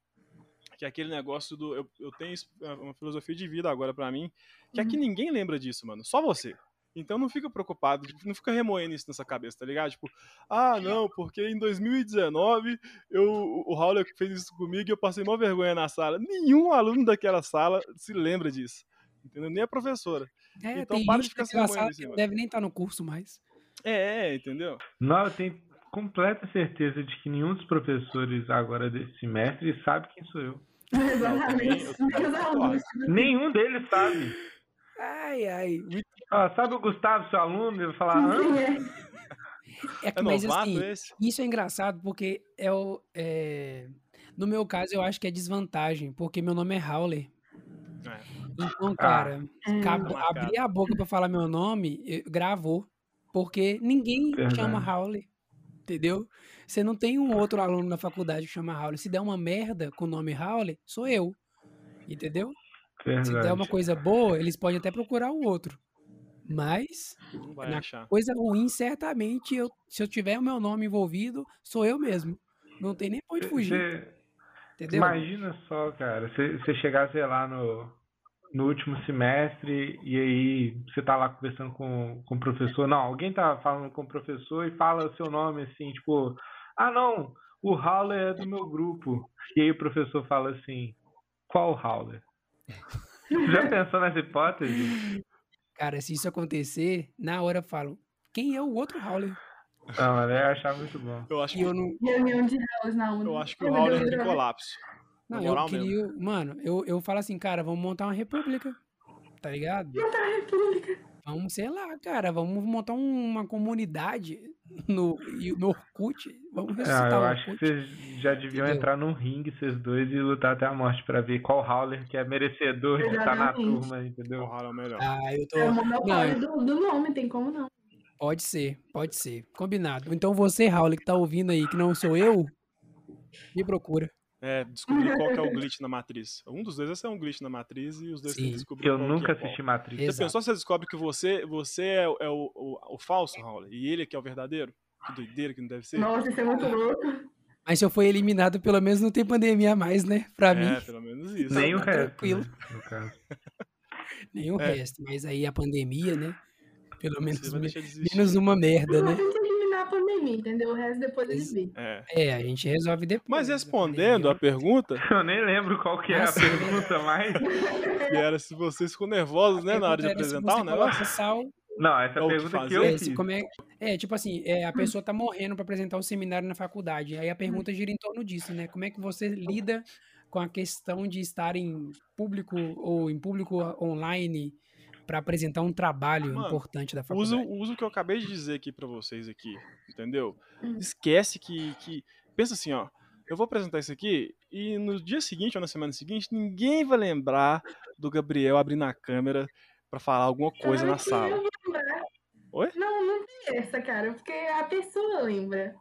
que é aquele negócio do. Eu, eu tenho isso- é uma filosofia de vida agora pra mim, que aqui ninguém lembra disso, mano, só você. Então não fica preocupado, tipo, não fica remoendo isso nessa cabeça, tá ligado? Tipo, ah, não, porque em 2019 eu, o Raul fez isso comigo e eu passei uma vergonha na sala. Nenhum aluno daquela sala se lembra disso. Entendeu? Nem a professora. É, Então tem para de gente ficar que daquela se remoendo sala em que não cima. deve nem estar no curso mais. É, é, entendeu? Não, eu tenho completa certeza de que nenhum dos professores agora desse semestre sabe quem sou eu. é Exatamente. Eu também- eu Meus alunos. Nenhum deles sabe. Ai, ai. Ó, sabe o Gustavo, seu aluno? Ele vai falar, "Hã?" Quem é? É que, É mas novato assim, esse? Isso é engraçado porque é o. é, No meu caso, eu acho que é desvantagem, porque meu nome é Howler. É. Então, cara, é, cabo- Tá marcado. abrir a boca pra falar meu nome, eu- gravou. Porque ninguém Verdade. chama Howler. Entendeu? Você não tem um outro aluno na faculdade que chama Howler. Se der uma merda com o nome Howler, sou eu. Entendeu? Se der uma Verdade. coisa boa, eles podem até procurar o outro. Mas, Não vai Na- achar. coisa ruim, certamente, eu, se eu tiver o meu nome envolvido, sou eu mesmo. Não tem nem pra onde fugir. Você- Entendeu? Imagina só, cara, você você chegar, sei lá, no, no último semestre e aí você tá lá conversando com, com o professor. Não, alguém tá falando com o professor e fala o seu nome assim, tipo, ah não, o Howler é do meu grupo. E aí o professor fala assim, qual Howler? Já pensou nessa hipótese? Cara, se isso acontecer, na hora eu falo, quem é o outro Howler? Não, mas eu ia achar muito bom. Eu acho E que, eu É não. Reunião de aulas na UNA. eu acho que o Ai, meu Raul Deus, entra em eu- colapso. Na Não, eu moral mesmo. queria. Mano, eu, eu falo assim, cara, vamos montar uma república. Tá ligado? Vamos, sei lá, cara, vamos montar um- uma comunidade no, e- no Orkut. Vamos Ah, ressuscitar eu o acho que Orkut. vocês já deviam tá um Entendeu? entrar num ringue, vocês dois, e lutar até a morte pra ver qual Howler que é merecedor de estar na Exatamente. turma, entendeu? O Raul é o melhor. Ah, eu tô. É o Não, monopólio do, do nome, tem como não. Pode ser, pode ser. Combinado. Então você, Raul, que tá ouvindo aí, que não sou eu, me procura. É, descobrir qual que é o glitch na matriz. Um dos dois vai ser um glitch na matriz e os dois têm Sim. que descobrir Eu qual nunca que é qual. assisti Matrix. Você Exato. pensou se você descobre que você, você é, o- é o, o, o falso, Raul, e ele que é o verdadeiro? Que doideira que não deve ser. Nossa, isso é muito louco. Mas se eu for eliminado, pelo menos não tem pandemia mais, né? Pra é, mim, pelo menos isso. Nem o Tá resto. tranquilo. né, no caso. nem o É. resto. Mas aí a pandemia, né? Pelo menos, Você vai deixar de existir. menos uma merda, né? Tem que eliminar a pandemia, entendeu? O resto depois eles vêm. É. É, a gente resolve depois. Mas a respondendo a pandemia. pergunta, Eu nem lembro qual que é a Nossa, pergunta, mas. que era se vocês ficam nervosos, né, na hora de Pergunta era É se apresentar você o negócio. coloca Sal, Não, essa É o que Hum. pergunta que fazer. eu é, fiz. se como é, é, tipo assim, é, a pessoa tá morrendo pra apresentar o seminário na faculdade. Hum. Aí a pergunta gira em torno disso, né? Como é que você lida com a questão de estar em público ou em público a- online pra apresentar um trabalho Mano, importante da Usa, faculdade? usa o que eu acabei de dizer aqui pra vocês aqui, entendeu? Hum. Esquece que, que... Pensa assim, ó. Eu vou apresentar isso aqui e no dia seguinte ou na semana seguinte ninguém vai lembrar do Gabriel abrindo a câmera pra falar alguma coisa na Claro que eu sala. vou lembrar. Oi? Não, não tem essa, cara, porque a pessoa lembra.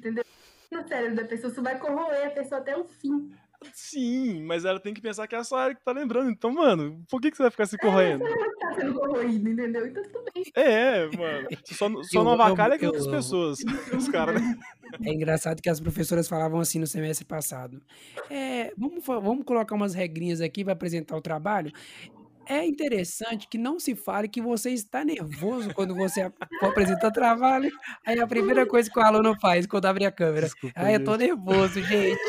Entendeu? No cérebro da pessoa, isso vai corroer a pessoa até o fim. Sim, mas ela tem que pensar que é só ela que tá lembrando. Então, mano, por que, que você vai ficar se correndo? Tá sendo corroído, entendeu? Então tudo bem. É, mano. Só, só Eu não amo, avacalha com eu outras amo. pessoas. Os caras, né? É engraçado que as professoras falavam assim no semestre passado. É, vamos, fa- vamos colocar umas regrinhas aqui pra apresentar o trabalho. É interessante que não se fale que você está nervoso quando você for apresentar trabalho. Aí a primeira coisa que o aluno faz quando abre a câmera. Desculpa, Ai, eu gente. tô nervoso, gente.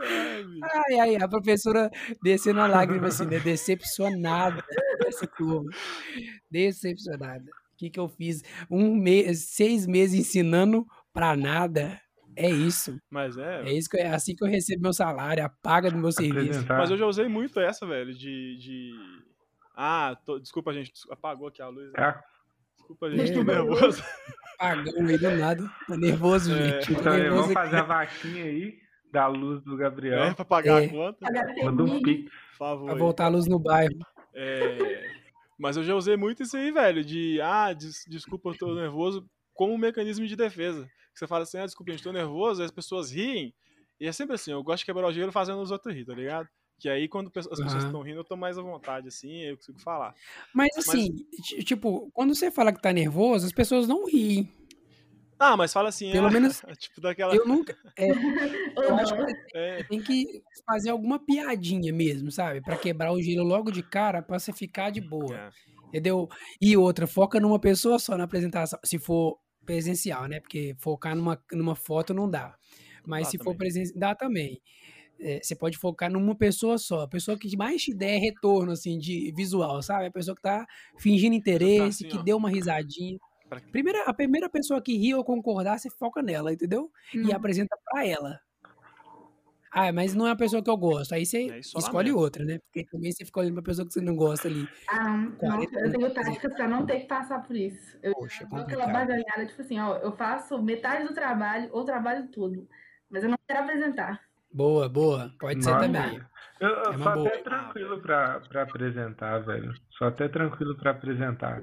Ai, ai, a professora descendo a lágrima assim, né? Decepcionada dessa turma. Decepcionada. O que que eu fiz? Um mês, seis meses ensinando pra nada. É isso. Mas é. É isso que eu- é assim que eu recebo meu salário, a paga do meu serviço. Apresentar. Mas eu já usei muito essa, velho, de. de... Ah, tô- desculpa, gente. des- Apagou aqui a luz. né? Ah, Desculpa, gente. Tô Desculpa. nervoso. Pagão aí do nada. Tô nervoso, É, gente. Tô então, aí, tá nervoso vamos aqui. fazer a vaquinha aí da luz do É, Gabriel. pra pagar É. Tá a conta. Manda um HTML. pix. Por favor. Pra aí. voltar a luz no bairro. É, Mas eu já usei muito isso aí, velho, de ah, des- desculpa, eu tô nervoso, como um mecanismo de defesa. Que Você fala assim, ah, desculpa, gente, tô nervoso, aí as pessoas riem. E é sempre assim, eu gosto de quebrar o gelo fazendo os outros rir, tá ligado? Que aí quando pe- as pessoas Aham. estão rindo, eu tô mais à vontade, assim, eu consigo falar. Mas assim, ti- tipo, quando você fala que tá nervoso, as pessoas não riem. Ah, mas fala assim, Pelo ah, menos tipo daquela. Eu nunca. é, eu acho que é, tem que fazer alguma piadinha mesmo, sabe? Pra quebrar o gelo logo de cara, pra você ficar de boa. é. Entendeu? E outra, foca numa pessoa só na apresentação. Se for presencial, né? Porque focar numa, numa foto não dá. Mas Dá se for também. presencial, dá também. É, você pode focar numa pessoa só, a pessoa que mais te der retorno, assim, de visual, sabe? A pessoa que tá fingindo interesse, assim, que ó. deu uma risadinha. Pra- Primeira, a primeira pessoa que ri ou concordar, você foca nela, entendeu? assim, e apresenta pra ela. Ah, mas não é a pessoa que eu gosto. Aí você Aí só escolhe lamento. outra, né? Porque também você fica olhando pra pessoa que você não gosta ali. Ah, nossa, eu tenho táticas pra não ter que passar por isso. Eu Poxa, é dou aquela complicado. baganhada, tipo assim, ó, eu faço metade do trabalho ou trabalho todo. Mas eu não quero apresentar. Boa, boa. Pode ser Nossa. também. Eu, eu É uma sou boa. até tranquilo pra, pra apresentar, velho. Sou até tranquilo pra apresentar.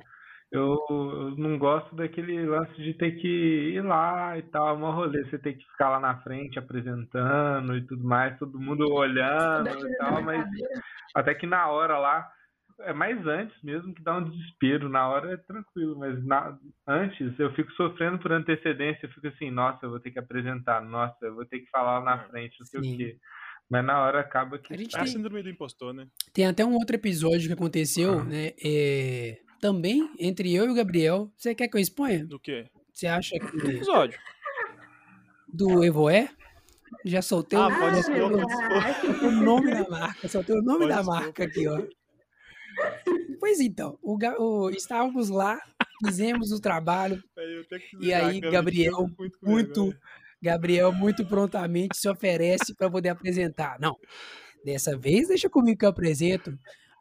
Eu, eu não gosto daquele lance de ter que ir lá e tal, é mó rolê. Você tem que ficar lá na frente apresentando e tudo mais, todo mundo Tá olhando e tal, mas até que na hora lá, é mais antes mesmo que dá um desespero. Na hora é tranquilo, mas na- antes eu fico sofrendo por antecedência. Eu fico assim, nossa, eu vou ter que apresentar, nossa, eu vou ter que falar lá na frente, não sei É, Sim. o quê. Mas na hora acaba que. A gente É a tem- síndrome do impostor, né? Tem até um outro episódio que Ah. aconteceu, né? É, Também entre eu e o Gabriel. Você quer que eu exponha? Do quê? Você acha que Episódio. do Evoé? Já soltei Ah, o, pode já expor, soltei pode expor. o nome da marca. Soltei o nome Pode da expor, marca aqui, ó. Pois então, o, Ga- o- estávamos lá, fizemos o trabalho, Aí eu tenho que E desligar a aí, câmera, Gabriel, fico muito com muito, vergonha. Gabriel muito prontamente se oferece para poder apresentar. Não, dessa vez deixa comigo que eu apresento.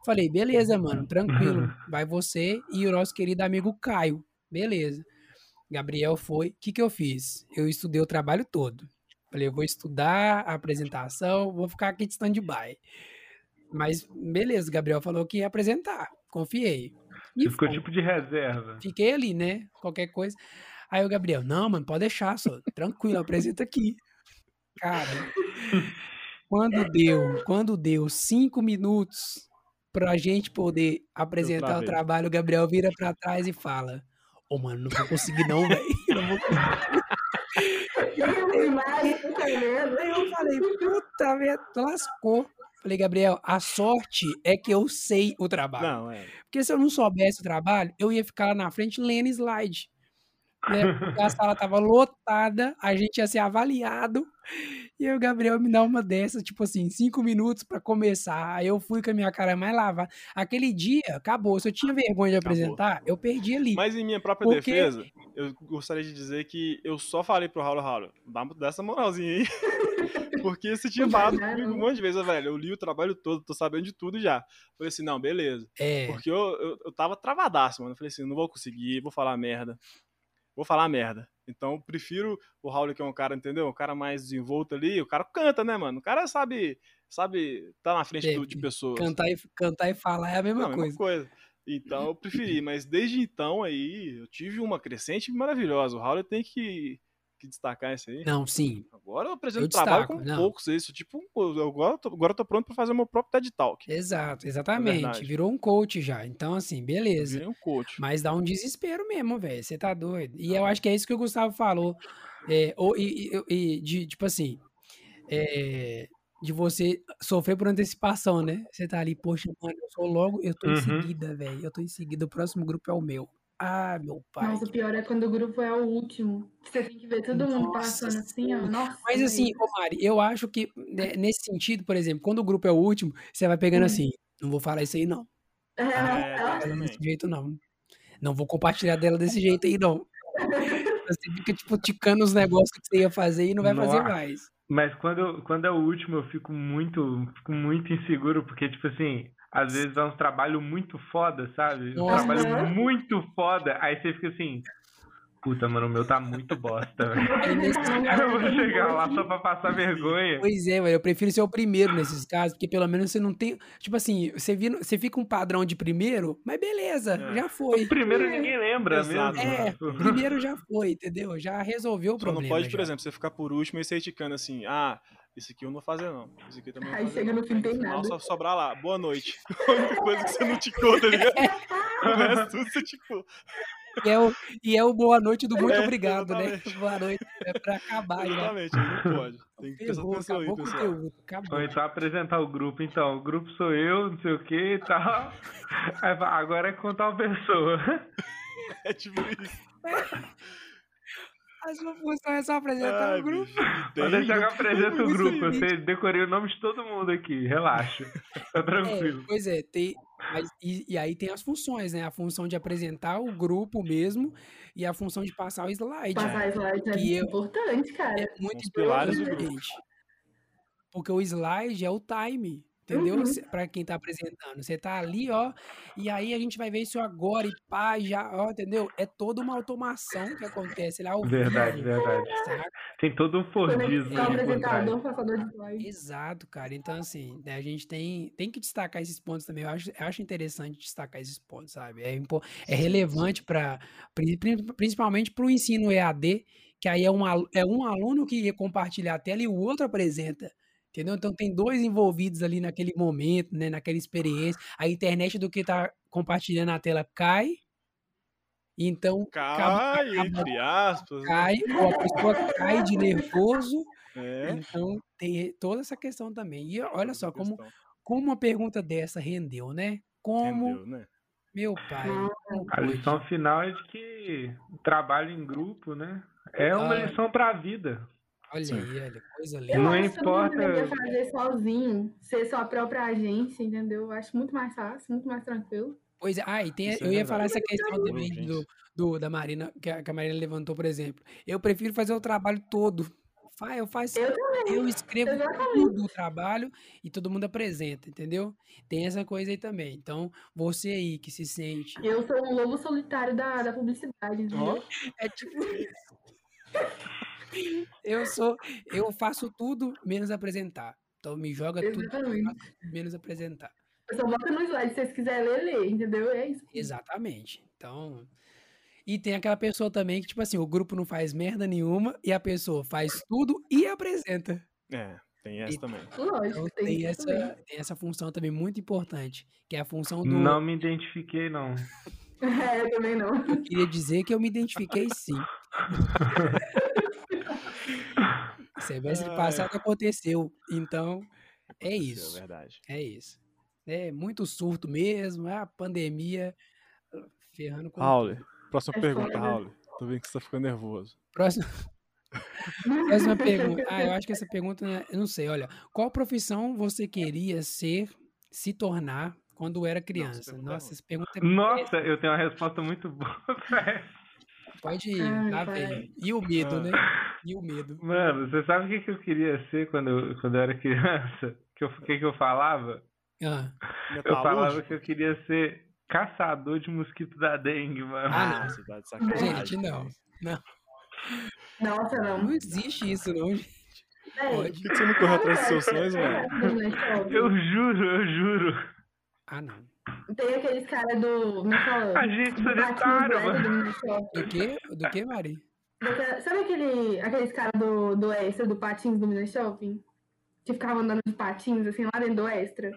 Falei, beleza, mano, Uhum. tranquilo. Vai você e o nosso querido amigo Caio. Beleza. Gabriel foi. O que, que eu fiz? Eu estudei o trabalho todo. Falei, eu vou estudar a apresentação, vou ficar aqui de stand-by. Mas beleza, Gabriel falou que ia apresentar. Confiei. E Você ficou foi. tipo de reserva. Fiquei ali, né? Qualquer coisa. Aí o Gabriel, não, mano, pode deixar, só. Tranquilo, apresenta aqui. Cara, quando deu, quando deu cinco minutos pra gente poder apresentar o travei. trabalho, o Gabriel vira pra trás e fala: Ô, mano, não vou conseguir, não, velho. Não vou conseguir. Aí eu falei, puta merda, lascou. Falei, Gabriel, a sorte é que eu sei o trabalho. Não, é. Porque se eu não soubesse o trabalho, eu ia ficar lá na frente lendo slide. Né? Porque a sala tava lotada, a gente ia ser avaliado. E aí o Gabriel me dá uma dessa, tipo assim, cinco minutos pra começar. Aí eu fui com a minha cara mais lavada. Aquele dia, acabou. Se eu tinha vergonha de Acabou. apresentar, eu perdi ali. Mas em minha própria Porque- defesa, eu gostaria de dizer que eu só falei pro Raul Raul, dá, dá essa moralzinha aí. Porque você tinha Não falado dá, comigo não. um monte de vezes, velho. Eu li o trabalho todo, tô sabendo de tudo já. Falei assim, não, beleza. É, Porque eu, eu, eu tava travadaço, mano. Eu falei assim, não vou conseguir, vou falar merda. Vou falar merda. Então, prefiro o Raul, que é um cara, entendeu? Um cara mais desenvolto ali. O cara canta, né, mano? O cara sabe, sabe, tá na frente É, do- de pessoas. cantar e, cantar e falar é a mesma Não, é coisa. Então eu preferi, mas desde então aí eu tive uma crescente maravilhosa. O Raul tem que, que destacar isso aí. Não, sim, Agora eu apresento Eu trabalho destaco, com não. poucos isso. Tipo, eu- agora eu tô, agora eu tô pronto pra fazer meu próprio TED Talk. exato, exatamente. É verdade. Virou um coach já. Então, assim, Eu beleza. virei um coach. Mas dá um desespero mesmo, velho. Você tá doido. E eu acho que é isso que o Gustavo falou. É, ou, e, e- e- de, tipo assim, é, de você sofrer por antecipação, né? Você tá ali, poxa, mano, eu sou logo, eu tô em Uhum. seguida, velho. Eu tô em seguida, o próximo grupo é o meu. Ah, meu pai. Nossa, o pior é quando o grupo é o último. que Você tem que ver todo mundo Nossa passando assim, ó. Nossa, Mas assim, ô Mari, eu acho que né, nesse sentido, por exemplo, quando o grupo é o último, você vai pegando Hum. assim, não vou falar isso aí não, é, ah, é, ela desse Exatamente. jeito não. Não vou compartilhar dela desse jeito aí não. Você fica tipo ticando os negócios que você ia fazer e não vai fazer Nossa. mais. Mas quando, quando é o último, eu fico muito, fico muito inseguro, porque, tipo assim, às vezes é um trabalho muito foda, sabe? Um Nossa. trabalho Aham. muito foda. Aí você fica assim, puta, mano, o meu tá muito bosta, velho. Aí nesse caso, Eu vou chegar lá assim. só pra passar vergonha. Pois é, velho. Eu prefiro ser o primeiro nesses casos, porque pelo menos você não tem. Tipo assim, você, vira, você fica um padrão de primeiro, mas beleza, É. já foi. Primeiro ninguém lembra Exato. mesmo. É, primeiro já foi, entendeu? Já resolveu o Só problema. não pode, por já. exemplo, você ficar por último e você ticando assim, ah, isso aqui eu não vou fazer não. Isso aqui eu também não Aí vou fazer chega não. no fim, tem final nada. só sobrar lá, boa noite. A única coisa que você não ticou, tá ligado? O resto tudo você ticou. E é, o, e é o boa noite do muito É, obrigado, né? exatamente. Boa noite. É pra acabar já. Exatamente, não pode. Tem que prestar Ferrou, atenção acabou aí, o pessoal. conteúdo. Acabou. Ou então apresentar o grupo, então, o grupo sou eu, não sei o que e tal. Aí fala, agora é com tal pessoa. É tipo isso. A sua função é só tá apresentar Ai, o grupo. bicho, e tem Vou deixar que eu grupo. apresento o Isso aí, grupo. Eu sei- decorei o nome de todo mundo aqui, relaxa. Tá tranquilo. É, pois é, tem. mas- e, e aí tem as funções, né? A função de apresentar o grupo mesmo e a função de passar o slide. passar slide é E eu- importante, cara. É muito os pilares do importante, grupo. gente. Porque o slide é o time, entendeu? Uhum. Para quem tá apresentando. Você tá ali, ó, e aí a gente vai ver isso agora e pá, já, ó, entendeu? É toda uma automação que acontece lá ao vivo, Verdade, verdade. saca? Tem todo um Quando é Fordismo ali só por trás. apresentador, passador de slide. Exato, cara. Então, assim, né, a gente tem, tem que destacar esses pontos também. Eu acho, eu acho interessante destacar esses pontos, sabe? É, impo- é relevante para principalmente para o ensino EAD, que aí é um, alu- é um aluno que ia compartilhar a tela e o outro apresenta. Entendeu? Então tem dois envolvidos ali naquele momento, né? Naquela experiência. A internet do que está compartilhando a tela cai. e Então acaba- Cai, entre aspas. cai, ou a pessoa cai de nervoso. É. Então, tem toda essa questão também. E olha só, como, questão. como uma pergunta dessa rendeu, né? Como, Entendeu, né? meu pai, como A pôde? lição final é de que trabalho em grupo, né? É uma Ah. lição pra vida. olha aí, olha, coisa Eu linda. Não acho que todo mundo importa- deveria fazer sozinho, ser sua própria agência, entendeu? Eu acho muito mais fácil, muito mais tranquilo. Pois é, ah, e tem, Isso é eu ia falar verdade. essa questão Boa, também gente. do, do- da Marina, que a, que a Marina levantou, por exemplo. Eu prefiro fazer o trabalho todo. Fa- Eu faço, Eu eu escrevo Exatamente. tudo o trabalho e todo mundo apresenta, entendeu? Tem essa coisa aí também. Então, você aí que se sente. Eu sou um lobo solitário da, da publicidade, Ó, entendeu? É tipo isso. Eu sou, eu faço tudo menos apresentar. Então me joga tudo Exatamente. menos apresentar. Eu só bota no slide, se vocês quiserem ler, lê, entendeu? É isso. Exatamente. Então, e tem aquela pessoa também que tipo assim, o grupo não faz merda nenhuma e a pessoa faz tudo e apresenta. é, tem essa também. Lógico, Então tem, tem isso essa, também. tem essa função também muito importante, que é a função do Não me identifiquei, não. É, eu também não. eu queria dizer que eu me identifiquei sim. Ah, Semestre é. Ai. passado aconteceu. Então, é Aconteceu, isso. né? É verdade. É isso. É muito surto mesmo, é a pandemia uh, ferrando com Raul, próxima É pergunta, foda. Raul. Tô vendo que você tá ficando nervoso. Próxima, próxima pergunta. Ah, eu acho que essa pergunta, né, eu não sei, olha. Qual profissão você queria ser, se tornar, quando era criança? pergunta é Nossa, ruim. essa pergunta Hum. é Nossa, eu tenho uma resposta muito boa pra essa. pode ir, Ai, lá vai. vem. E o medo, Ah. né? E o medo. Mano, você sabe o que, que eu queria ser quando eu, quando eu era criança? Que eu, o que, que eu falava? Ah, Eu falava Metalúrgico? que eu queria ser caçador de mosquito da dengue, mano. Ah, Ah, você tá de sacanagem. Gente, não. Nossa, não. não existe isso, não, gente. Véi, Pode. Por que que você não correu atrás dos seus sonhos, velho? Eu juro, eu juro. Ah, não. Tem aqueles caras do. Como é que fala? Agente Do Batman sanitário, Black, mano. do Minecraft. Do que? Do que, Mari? Daquela- Sabe aquele, aqueles caras do, do extra, do patins do Minas Shopping? Que ficava andando de patins, assim, lá dentro do extra.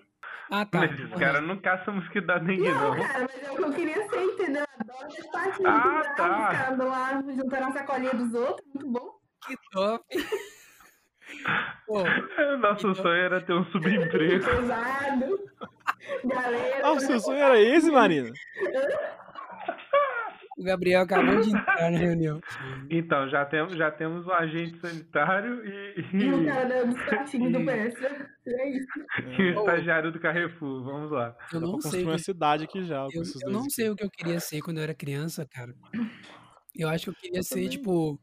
Ah, tá. Mas esses caras não caçam mosquito da dengue, Não, não. cara, mas é o que eu queria ser, entendeu? Eu Adoro esses patins. então, Ah, muito bravos, tá. Os caras andam lá juntando a sacolinha dos outros, muito bom. Que top. Pô, Nosso então... sonho era ter um subemprego. Pesado. Galera. Ah, o seu sonho era esse, Marina? O Gabriel acabou de entrar na reunião. Então, já temos, já temos o um agente sanitário e. E o cara da administrativo Hum. do PS. É isso. E o estagiário do Carrefour, vamos lá. Eu não sei. uma É, cidade aqui já. Eu, eu não sei aqui. o que eu queria ser quando eu era criança, cara. Eu acho que eu queria eu ser, também. tipo.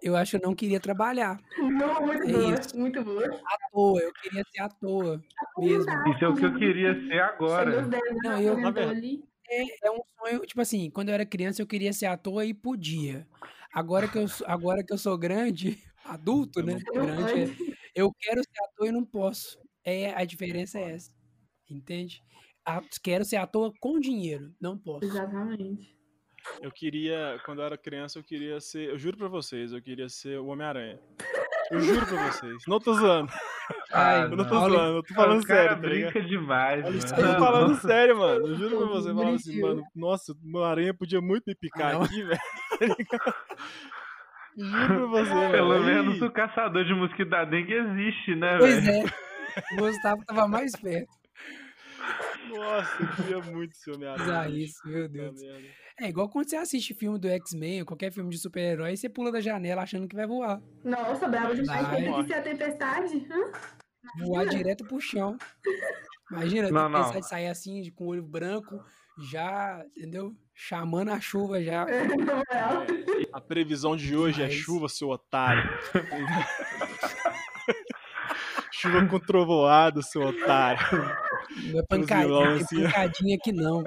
Eu acho que eu não queria trabalhar. Não, muito é boa, isso. muito boa. À toa, eu queria ser à toa mesmo. Isso é o que eu queria ser é agora. Não, eu, na verdade, é, é, um sonho, tipo assim, quando eu era criança eu queria ser à toa e podia. Agora que eu, agora que eu sou grande, adulto, né? Grande, eu quero ser à toa e não posso. É, a diferença é essa. Entende? A, quero ser à toa com dinheiro, não posso. Exatamente. Eu queria, quando eu era criança, eu queria ser, eu juro pra vocês, eu queria ser o Homem-Aranha. Eu juro pra vocês. Não tô zoando. Ai, eu não tô mano. zoando, eu tô falando Ah, cara sério. Brinca tá demais, Olha, mano. Eu tô falando sério, mano. Eu juro pra você. Eu falava assim, mano, nossa, uma aranha podia muito me picar não. aqui, velho. juro pra você, mano. Pelo véio. menos o caçador de mosquito da dengue existe, né, velho? Pois véio? é. O Gustavo tava mais perto. Nossa, eu queria muito ser Homem-Aranha. isso, meu Deus. É igual quando você assiste filme do X-Men, qualquer filme de super-herói, você pula da janela achando que vai voar. Nossa, brabo demais. Tem que ser a tempestade. Hã? Voar direto pro chão. Imagina, não, não. pensar de sair assim, com o olho branco, já, entendeu? Chamando a chuva já. É, a previsão de hoje Mas... é chuva, seu otário. chuva com trovoada, seu otário. Não é pancadinha, assim. pancadinha aqui não.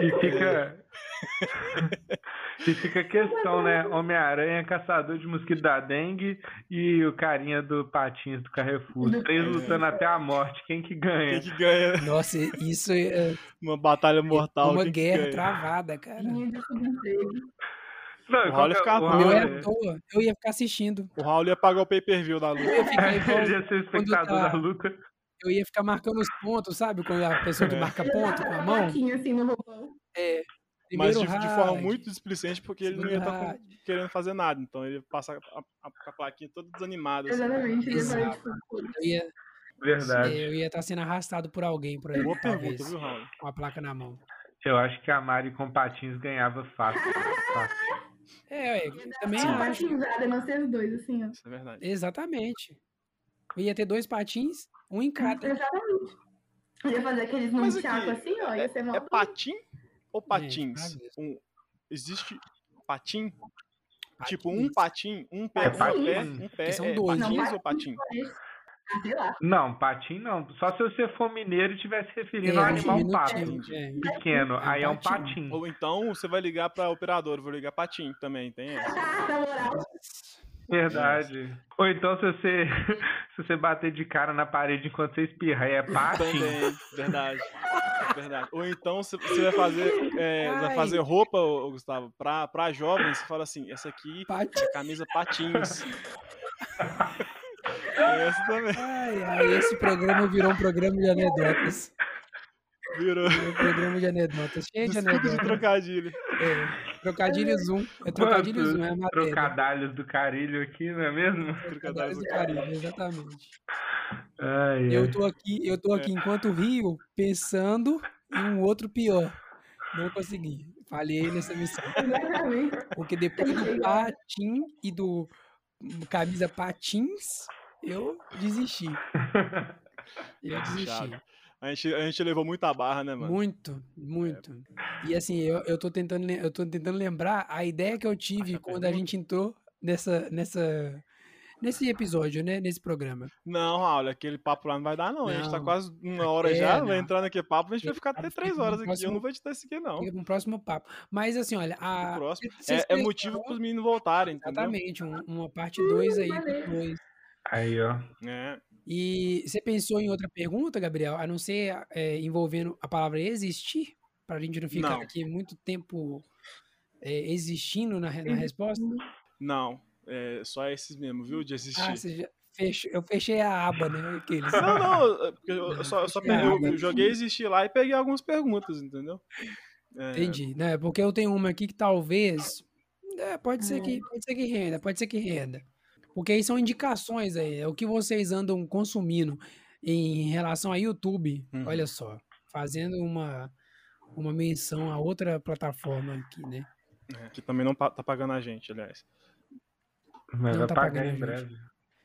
E fica. e fica a questão, né? Homem-Aranha, caçador de mosquito da dengue e o carinha do Patins do Carrefour. Três lutando até a morte. Quem que ganha? Quem é que ganha? Nossa, isso é. Uma batalha mortal. Uma guerra travada, cara. Não, é o Raul ia ficar Raul... Eu, ia é toa, eu ia ficar assistindo. O Raul ia pagar o pay-per-view da luta. Eu ia ficar igual, eu ia ser espectador tá... da luta eu ia ficar marcando os pontos, sabe? Quando a pessoa que marca ponto com a mão. Assim, no robô. É. Mas de, de, forma muito displicente, porque ele não ia estar tá querendo fazer nada. Então ele ia passar a, a, a plaquinha toda desanimada. Exatamente. tipo, Assim. Eu ia, Verdade. Eu ia estar tá sendo arrastado por alguém, por aí, Boa pergunta, viu, Raul? Com a placa na mão. Eu acho que a Mari com patins ganhava fácil. fácil. É, eu também Sim. acho. Patinzada, não ser os dois, assim, ó. Isso é verdade. Exatamente. Eu ia ter dois patins, um em cada. Exatamente. Eu ia fazer aqueles num chaco assim, ó. Ia ser mó é patim ou patins? É, um, existe patim? patim? Tipo, um patim, um pé, patim. um pé, um pé. São dois. É, patins não, ou patim? Ah, Não, patim não. Só se você for mineiro e estivesse referindo é, a um animal pato. Pequeno. aí é um patim. Ou então você vai ligar pra operador, vou ligar patim também, tem essa. na moral. Verdade. Nossa. Ou então se você, se você bater de cara na parede enquanto você espirra, é parte. Também, verdade. verdade. Ou então você vai fazer, é, vai fazer roupa, Gustavo, pra, pra jovens, você fala assim, essa aqui Pati... é camisa patins. É essa também. Ai, ai, esse programa virou um programa de anedotas. Virou. virou um programa de anedotas. Cheio de anedotas. de trocadilho. É. Trocadilho Zoom. É trocadilho Zoom, é a matéria. Trocadalhos do carilho aqui, não é mesmo? um. Trocadalhos é. do carilho, exatamente. Ai, eu tô aqui, eu tô aqui é. enquanto rio, pensando em um outro pior. Não consegui. Falhei nessa missão. Porque depois do patim e do camisa patins, eu desisti. Eu desisti. A gente, a gente levou muita barra, né, mano? Muito, muito. É. E assim, eu, eu, tô tentando, eu tô tentando lembrar a ideia que eu tive ah, quando pergunta. a gente entrou nessa, nessa, nesse episódio, né? Nesse programa. Não, Raul, aquele papo lá não vai dar, não. não. A gente tá quase uma hora é, já, não. vai entrar naquele papo, a gente vai ficar até três horas aqui. Próximo, eu não vou editar esse aqui, não. Fica um próximo papo. Mas assim, olha. A... O próximo é, é motivo pros meninos voltarem, entendeu? Exatamente, um, uma parte 2 aí, depois. Aí, ó. É. E você pensou em outra pergunta, Gabriel? A não ser é, envolvendo a palavra existir, para a gente não ficar não. aqui muito tempo é, existindo na, na, resposta? Não, é só esses mesmo, viu? De existir. Ah, já... Fecho, eu fechei a aba, né? Aqueles. Não, não, é, eu, não, só, eu só peguei, eu joguei existir lá e peguei algumas perguntas, entendeu? É, Entendi, né? Porque é, É. eu tenho uma aqui que talvez. pode, ser que, pode ser que renda, pode ser que renda. Porque aí são indicações aí, é o que vocês andam consumindo em relação a YouTube. Uhum. Olha só, fazendo uma, uma menção a outra plataforma aqui, né? É, que também não pa- tá pagando a gente, aliás. Mas Não vai tá pagar pagando, em gente. breve.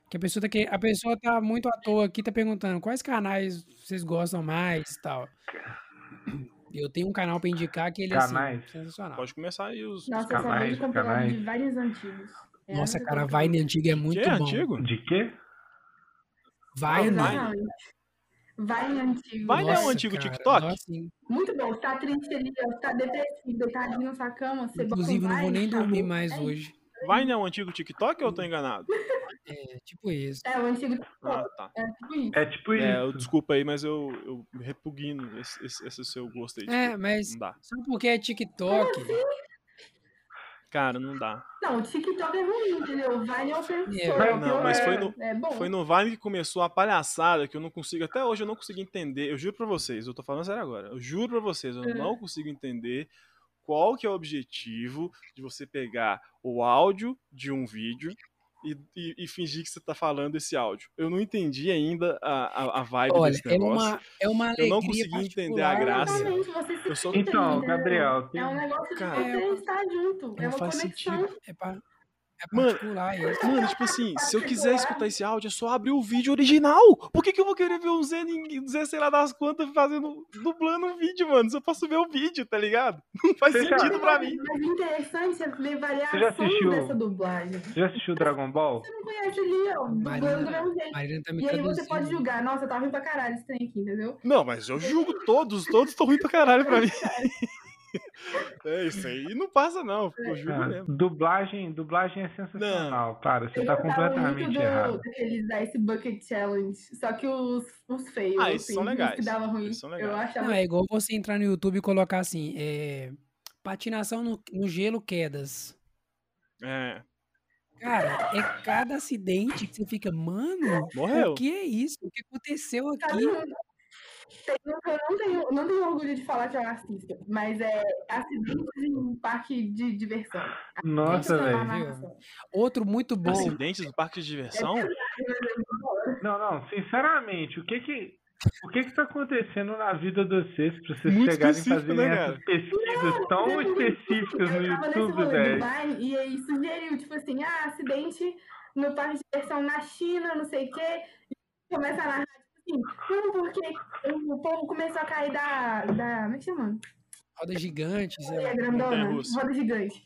Que a pessoa tá, que, a pessoa tá muito à toa aqui, tá perguntando quais canais vocês gostam mais e tal. E Eu tenho um canal pra indicar que ele Tá é assim, Canais? sensacional. Pode começar aí os. Nossa, eu Canais, acabei de comprar canais. de vários antigos. É, Nossa, eu cara, tô- Vine antigo é muito que é bom. antigo? Ah, De quê? Vine. Exatamente. Vine antigo. Vine é Nossa, um antigo cara, TikTok? nossa, sim. Muito bom. Você tá triste ali, ó, você tá depressivo, deitadinho na sua cama. Você Inclusive, bota um não vou Vine, nem acabou. dormir mais É hoje. Vine é um antigo TikTok ou eu tô enganado? É tipo isso. É, o antigo. Ah, tá. É tipo isso. É tipo É, eu- isso. desculpa aí, mas eu, eu me repugno esse, esse- esse seu gosto aí. É, tipo, mas Não dá. só porque é TikTok. Cara, não dá. Não, o TikTok é ruim, entendeu? Vine é ofensor. É, é o não, pior, mas é- foi no- É bom. Foi no Vine que começou a palhaçada que eu não consigo, até hoje eu não consigo entender. Eu juro pra vocês, eu tô falando sério agora. Eu juro pra vocês, eu É. Hum. não consigo entender qual que é o objetivo de você pegar o áudio de um vídeo e, e- e fingir que você tá falando esse áudio. Eu não entendi ainda a, a, a vibe Olha, desse é negócio. uma, é uma Eu alegria não consegui entender a particular. graça. Exatamente, você se Eu sou- sente, Então, entendeu? Gabriel, tem- É um negócio de Cara, eu- você estar junto. É Não uma faz conexão. sentido. É, pa- é Mano, particular isso. Mano, tipo assim, se eu quiser escutar esse áudio, é só abrir o vídeo original. Por que, que eu vou querer ver o Zé, ninguém- Zé, sei lá das quantas, fazendo, dublando um vídeo, mano? Se eu posso ver o vídeo, tá ligado? Não faz Você já- sentido pra mim. Mas interessante é ver Você já variação assistiu? dessa dublagem. Você já assistiu Dragon Ball? Você não conhece ali, ó, dublando do mesmo jeito. Marina tá me E aí você traduzindo. pode julgar, nossa, tá ruim pra caralho esse trem aqui, entendeu? Não, mas eu julgo todos, todos estão ruins pra caralho pra mim. É isso aí, não passa não, É. eu julgo Cara, mesmo. Ah, dublagem, dublagem é sensacional, cara. Você Eles tá gostavam completamente muito do- errado. Daqueles da Ice Bucket Challenge, só que os, os feios, Ah, esses são os legais. que dava ruim. Esses são legais. Eu achava Não, é igual você entrar no YouTube e colocar assim, é, patinação no, no gelo quedas. É, Cara, é cada acidente que você fica, mano, morreu. o que é isso? O que aconteceu Sabe aqui? um- Tem um que eu não tenho, não tenho orgulho de falar que eu assisto, mas é acidentes em um parque de diversão. Nossa, Nossa, velho. viu? Outro muito bom. É Acidentes do parque de diversão? Não, não, sinceramente, o que que. O que que tá acontecendo na vida de vocês pra vocês Muito chegarem e específico, fazerem né, cara? essas pesquisas tão específicas no Eu tava nesse YouTube, rolê do velho? Vine e aí sugeriu, tipo assim, ah, acidente no parque de diversão na China, não sei o quê. E começa a narrar, tipo assim, não, porque o povo começou a cair da. da como é que chama? Roda gigante, sei É Roda lá. É grandona, Montanha-russa. roda gigante.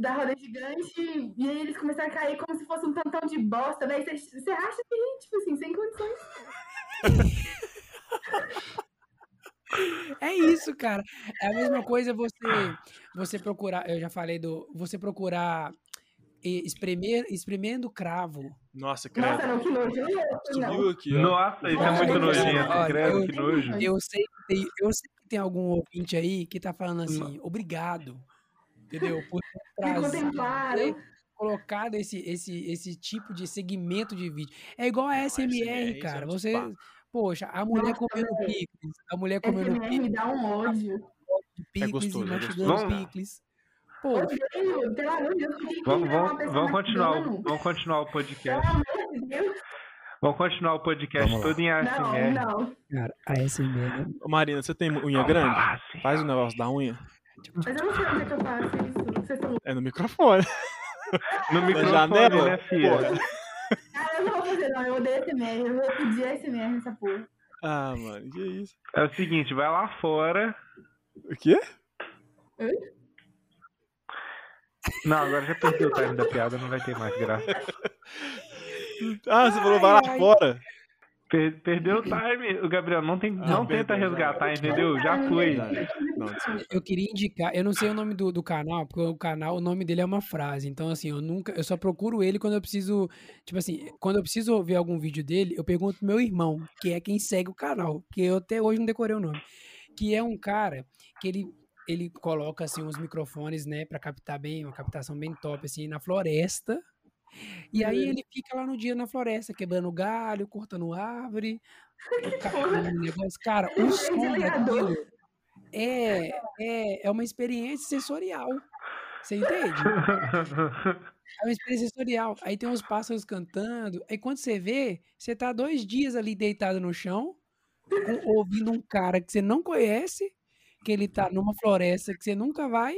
Da roda gigante, e aí eles começaram a cair como se fosse um tantão de bosta, né? E você você acha que, tipo assim, sem condições. É isso, cara. É a mesma coisa você você procurar, eu já falei do, você procurar eh, espremer, espremendo cravo. Nossa, Nossa, credo. não, que nojo. não, Não, Subiu aqui, ó. Nossa, isso é muito Olha, né? nojento, olha, credo, eu- que nojo. Hum. Eu sei, que tem, eu sei que tem algum ouvinte aí que tá falando assim, obrigado, entendeu? Por ter me trazido, contemplaram. ter colocado esse, esse, esse tipo de segmento de vídeo. É igual a Não, SMR, SMR, cara. isso Você, é um poxa, a mulher Nossa, comendo velho. picles, a mulher comendo SMR me picles, dá um ódio. É picles gostoso, e é mastigando gostoso. picles. Poxa, Odeio, pelo amor de Deus, por que que Vamos, não é uma vamos, pessoa vamos continuar, mastigando? o- vamos continuar o Pelo podcast. amor de Deus. Vamos continuar o podcast Vamos lá. todo em Não, ASMR. não. cara, a SMR. Ô, Marina, você tem unha Vamos grande? falar assim. Faz o negócio da unha. Mas eu não sei onde é que eu faço isso. Vocês estão. É no microfone. No janela, microfone, né, porra. filha? Ah, eu não vou fazer, não. Eu odeio SMR. Eu vou pedir SMR nessa porra. Ah, mano, que isso? É o seguinte, vai lá fora. O quê? Não, agora já perdeu o time da piada, não vai ter mais graça. Ah, você falou vai lá ai. fora. Per- perdeu o time, o Gabriel. Não, tem, não, tenta perdeu, resgatar, entendeu? Já foi. Não, desculpa. Assim, Eu queria indicar, eu não sei o nome do, do canal, porque o canal, o nome dele é uma frase. Então, assim, eu nunca, eu só procuro ele quando eu preciso, tipo assim, quando eu preciso ver algum vídeo dele, eu pergunto pro meu irmão, que é quem segue o canal, que eu até hoje não decorei o nome, que é um cara que ele ele coloca assim uns microfones, né, Pra captar bem, uma captação bem top assim na floresta. E aí ele fica lá no dia na floresta, quebrando galho, cortando árvore, catando um negócio. Cara, o som Desligador. daquilo é, é, é uma experiência sensorial. Você entende? É uma experiência sensorial. Aí tem uns pássaros cantando. Aí quando você vê, você tá dois dias ali deitado no chão, com- ouvindo um cara que você não conhece, que ele tá numa floresta que você nunca vai,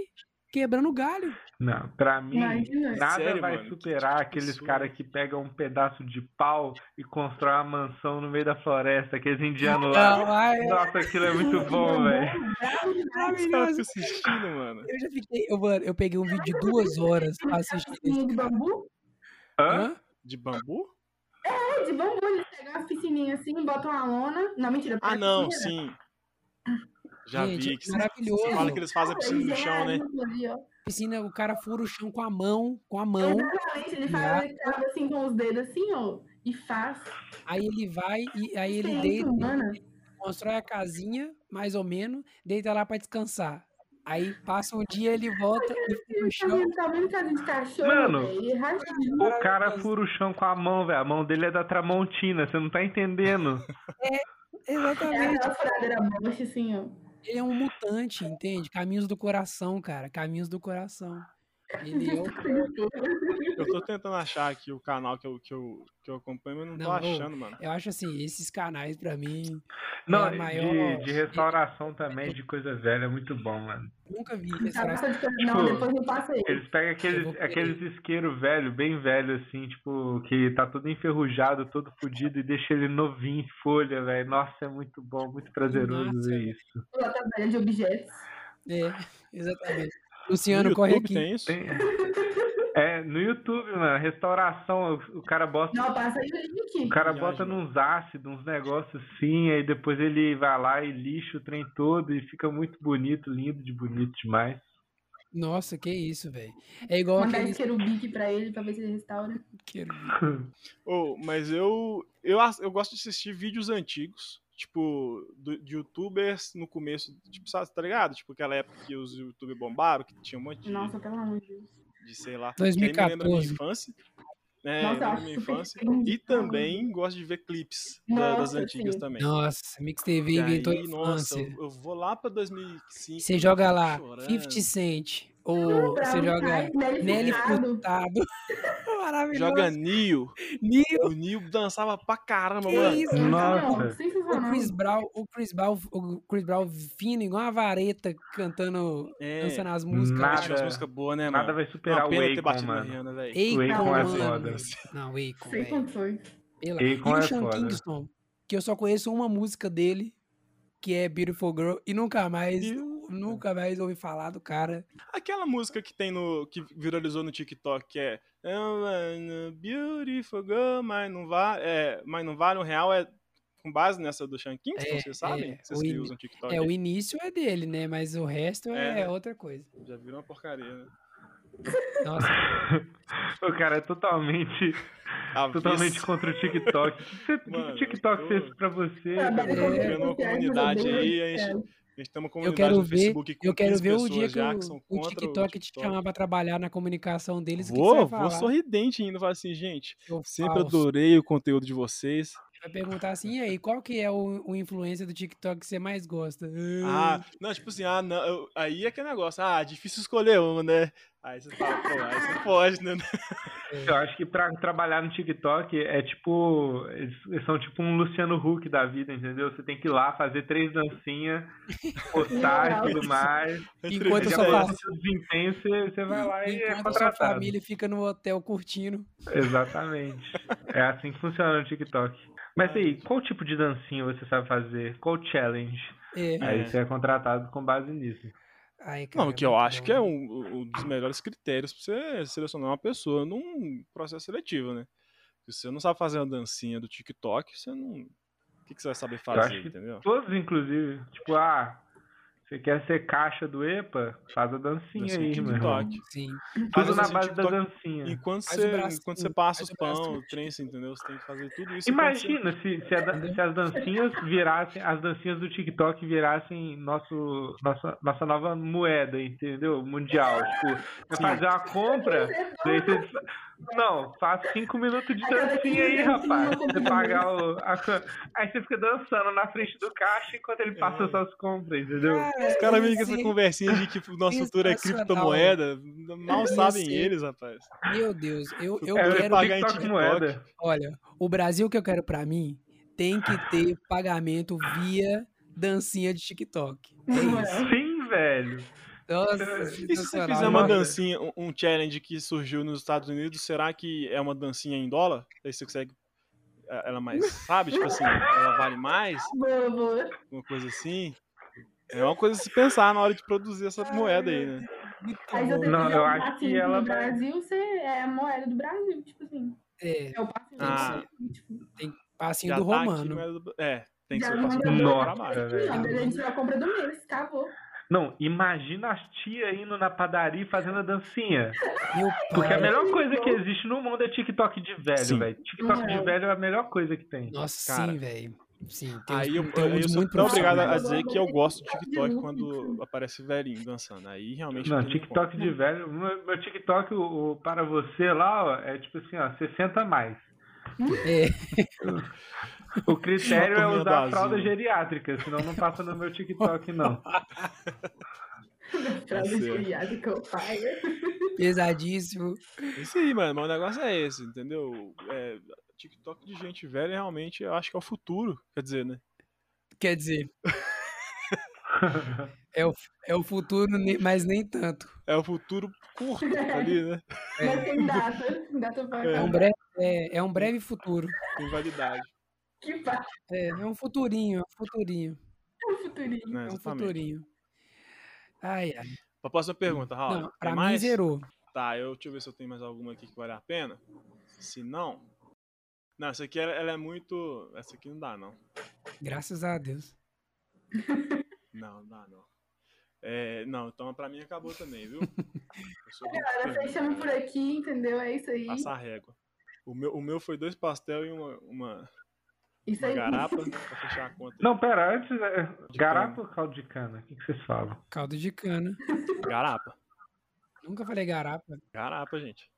quebrando galho. Não, pra mim, Imagina. nada Sério, vai mano? superar aqueles absurdo. caras que pegam um pedaço de pau e constroem uma mansão no meio da floresta, aqueles indianos lá. Não, ai, é Nossa, aquilo é muito bom, velho. Os caras maravilhoso. ficam assistindo, mano. Eu já fiquei. Eu, mano, eu peguei um vídeo de duas horas pra assistir isso. Piscininha de bambu? Hã? Hã? De bambu? É, de bambu. Eles pegam uma piscininha assim, botam uma lona. Não, mentira. assim, Ah, parece não, piscina. sim. Já Gente, vi. Que você maravilhoso. é, fala que eles fazem a piscina no Eles chão, né? realizam ali, ó. Piscina, o cara fura o chão com a mão, com a mão. Exatamente, ele faz ele trava assim com os dedos assim, ó, e faz. Aí ele vai e aí ele Experiência deita, humana. constrói a casinha, mais ou menos, deita lá pra descansar. Aí passa um dia, ele volta e fica no Tá chão. vendo- tá vendo casa de cachorro, Mano. velho? Rasgado. O cara fura o chão com a mão, velho. A mão dele é da Tramontina, você não tá entendendo. É Exatamente. aquela furadeira mocha, assim, ó. Ele é um mutante, entende? Caminhos do coração, cara. Caminhos do coração. Ele é o... Eu tô tentando achar aqui o canal que eu, que eu, que eu acompanho, mas não, tô Não, ô, achando, mano. Eu acho assim, esses canais pra mim, Não, É a maior- de, de restauração também, de coisa velha, é muito bom, mano. nunca vi. Tá Esse passa de coisa- Não, Tipo, depois me passa aí. Eles pegam Eu vou aqueles, querer. aqueles isqueiro velho, bem velho, assim, tipo, que tá todo enferrujado, todo fudido, e deixa ele novinho em folha, velho. Nossa, é muito bom, muito prazeroso Nossa, ver velho. isso. Ela tá velha de objetos. É, exatamente. No Luciano, YouTube corre aqui. tem isso? Tem- É, no YouTube, mano, restauração, o, o cara bota. Não, passa aí o O link. cara Viagem, bota mano. nos ácidos, uns negócios assim, aí depois ele vai lá e lixa o trem todo e fica muito bonito, lindo de bonito demais. Nossa, que isso, velho. É igual Mandar aquele esse querubim pra ele, pra ver se ele restaura. isqueiro. Ô, mas eu, eu ass- eu gosto de assistir vídeos antigos, tipo, do- de youtubers no começo, tipo, sabe, tá ligado? Tipo, aquela época que os youtubers bombaram, que tinha um monte de, Nossa, pelo amor de Deus. de, sei lá. 2014. Que aí me lembra a minha infância. né, Nossa, me lembra a acho minha super infância. incrível. E também gosto de ver clipes da- das Nossa, antigas sim. também. Nossa, Mix TV E inventou aí, nossa, infância. eu, eu vou lá pra 2005. Você joga lá tá chorando. 50 Cent ou você tá. joga Nelly Furtado. Maravilhoso. Joga Neo. Neo. O Neo dançava pra caramba, Que mano. isso, Nossa. O Sensacional. Chris Brown, o Chris Brown, o Chris Brown fino igual uma vareta cantando, É, dançando as músicas. Nada. mas tinha umas músicas boas, né, Nada mano? vai É uma superar o pena ter Akon, batido na mano. Rihanna, velho. Akon, Akon é mano. foda. Não, Akon, Sei velho. quanto foi. Pela- Akon e é o Sean foda. Kingston, que eu só conheço uma música dele, que é Beautiful Girl, e nunca mais, E- nunca mais ouvi falar do cara. Aquela música que tem no. que viralizou no TikTok que é. "I'm a Beautiful girl, mas não vale. É, mas não vale um real é com base nessa do Sean Kingston, É, vocês sabem? é, vocês o que in- usam TikTok. É, o início é dele, né? Mas o resto é, É. outra coisa. Já virou uma porcaria, né? Nossa, O cara é totalmente, Ah, totalmente isso- contra o TikTok. Você- O que Mano, o TikTok eu tô- fez pra você? Trabalho é, com redes criando uma sociais, comunidade meu Deus aí, do a gente- céu. A gente tem uma eu comunidade quero no ver, Facebook com eu quero 15 ver o pessoas dia que já o, que são o contra TikTok te chamar pra trabalhar na comunicação deles. o que que Vou, você vou vai falar? sorridente ainda, falar assim, gente, Seu sempre falso. adorei o conteúdo de vocês. Vai perguntar assim, e aí, qual que é o, o influencer do TikTok que você mais gosta? Ah, Hum. não, tipo assim, ah, não, eu- aí é que é negócio, ah, difícil escolher um, né? Aí você fala, pô, aí você pode, né? Eu acho que pra trabalhar no TikTok é tipo. Eles eles são tipo um Luciano Huck da vida, entendeu? Você tem que ir lá fazer três dancinhas, postar e tudo mais. Enquanto eu Aí já só pega faço. o seu desempenho, você, "Ah, você vai lá e é Enquanto sua contratado. família fica no hotel curtindo. Exatamente. É assim que funciona no TikTok. Mas aí, qual tipo de dancinha você sabe fazer? Qual challenge? É. Aí É. você é contratado com base nisso. Ai, cara, Não, o que eu muito bom. acho né? que é um, um dos melhores critérios pra você selecionar uma pessoa num processo seletivo, né? Se você não sabe fazer a dancinha do TikTok, você não. O que, que você vai saber acho fazer, que- entendeu? Todos, inclusive. Tipo, ah, você quer ser caixa do EPA? Faz a dancinha Dancinha aí, de meu irmão. TikTok. Sim. Tudo na dancinha de base da assim, TikTok. dancinha. Enquanto Faz o você, bracinho, enquanto você passa faz os o bracinho. pão, o trem, você entendeu? Você tem que fazer tudo isso. enquanto você- Imagina se, se, a dan- se as dancinhas virassem, as dancinhas do TikTok virassem nosso, nossa, nossa nova moeda, entendeu? Mundial. Tipo, você fazer uma compra, daí você Não, faz cinco minutos de dancinha aí, rapaz. Você pagar o. a co- Aí você fica dançando na frente do caixa enquanto ele passa É. suas compras, entendeu? Ah, Os caras vêm com essa Sim. conversinha de que o nosso futuro é Sensacional. criptomoeda. Mal Sim, sabem sim. eles, rapaz. Meu Deus, eu, eu É, Era quero. pagar em TikTok. moeda. Olha, o Brasil que eu quero pra mim tem que ter pagamento via dancinha de TikTok. É isso. Sim, velho. Nossa, E se você sensacional. fizer uma Nossa. dancinha, um- um challenge que surgiu nos Estados Unidos, será que é uma dancinha em dólar? Aí você consegue. eh, Ela mais. Sabe? Tipo assim, ela vale mais? Boa, boa. Uma coisa assim. É uma coisa a se pensar na hora de produzir essa moeda aí, né? Muito Aí se bom. você Não, quiser eu um acho que passinho ela do vai- Brasil, você é a moeda do Brasil, tipo assim. É, É o passinho Ah. do Brasil. Tipo, passinho Já do tá aqui, romano. moeda do- É, tem que Já ser não passado mandou pra nada. baixo. aqui, ó, a gente vai compra do mês, acabou. Tá Não, imagina as tia indo na padaria e fazendo a dancinha. Meu Porque a pai. melhor coisa que existe no mundo é TikTok de Sim. velho, velho. Tiktok de Não. velho é a melhor coisa que tem. Nossa, Cara. sim, velho. Sim, tem Aí eu, uns eu, conteúdos sou muito tão obrigado a profissionais. dizer que eu gosto do TikTok Não, quando aparece velhinho dançando. Aí realmente. Não, não tem TikTok de velho. Meu, meu TikTok, o, o para você lá, ó, é tipo assim, ó, 60 a mais. É. O Uma critério né? é turminha usar do a fralda asilo. geriátrica, senão não passa no meu TikTok, não. Pra certo. desviar que eu pago. Pesadíssimo. como. Isso aí, mano. Mas o negócio é esse, entendeu? É, TikTok de gente velha realmente eu acho que é o futuro. Quer dizer, né? Quer dizer. É o, é o futuro, ne- mas nem tanto. É o futuro curto ali, né? Mas tem data, data pra É um breve, é, é um breve futuro. Tem validade. que paga É, é um futurinho, é um futurinho. o futurinho. Né? É um Exatamente. futurinho. Ai, ai. Pra próxima pergunta, Raul. Não, tem pra mim mais? zerou. Tá, eu, deixa eu ver se eu tenho mais alguma aqui que vale a pena. Se não. Não, essa aqui ela, ela é muito. Essa aqui não dá, não. Graças a Deus. Não, não dá, não. É, não, então pra mim acabou também, viu? Eu sou Tá muito fechando por aqui, entendeu? É isso aí. Passar a régua. O meu, o meu foi dois pastel e uma, uma, Isso uma aí. garapa pra fechar a conta. Não, pera, antes. É, De garapa ou caldo de cana? O que, que vocês falam? Caldo de cana. Garapa. Nunca falei garapa. Garapa, gente.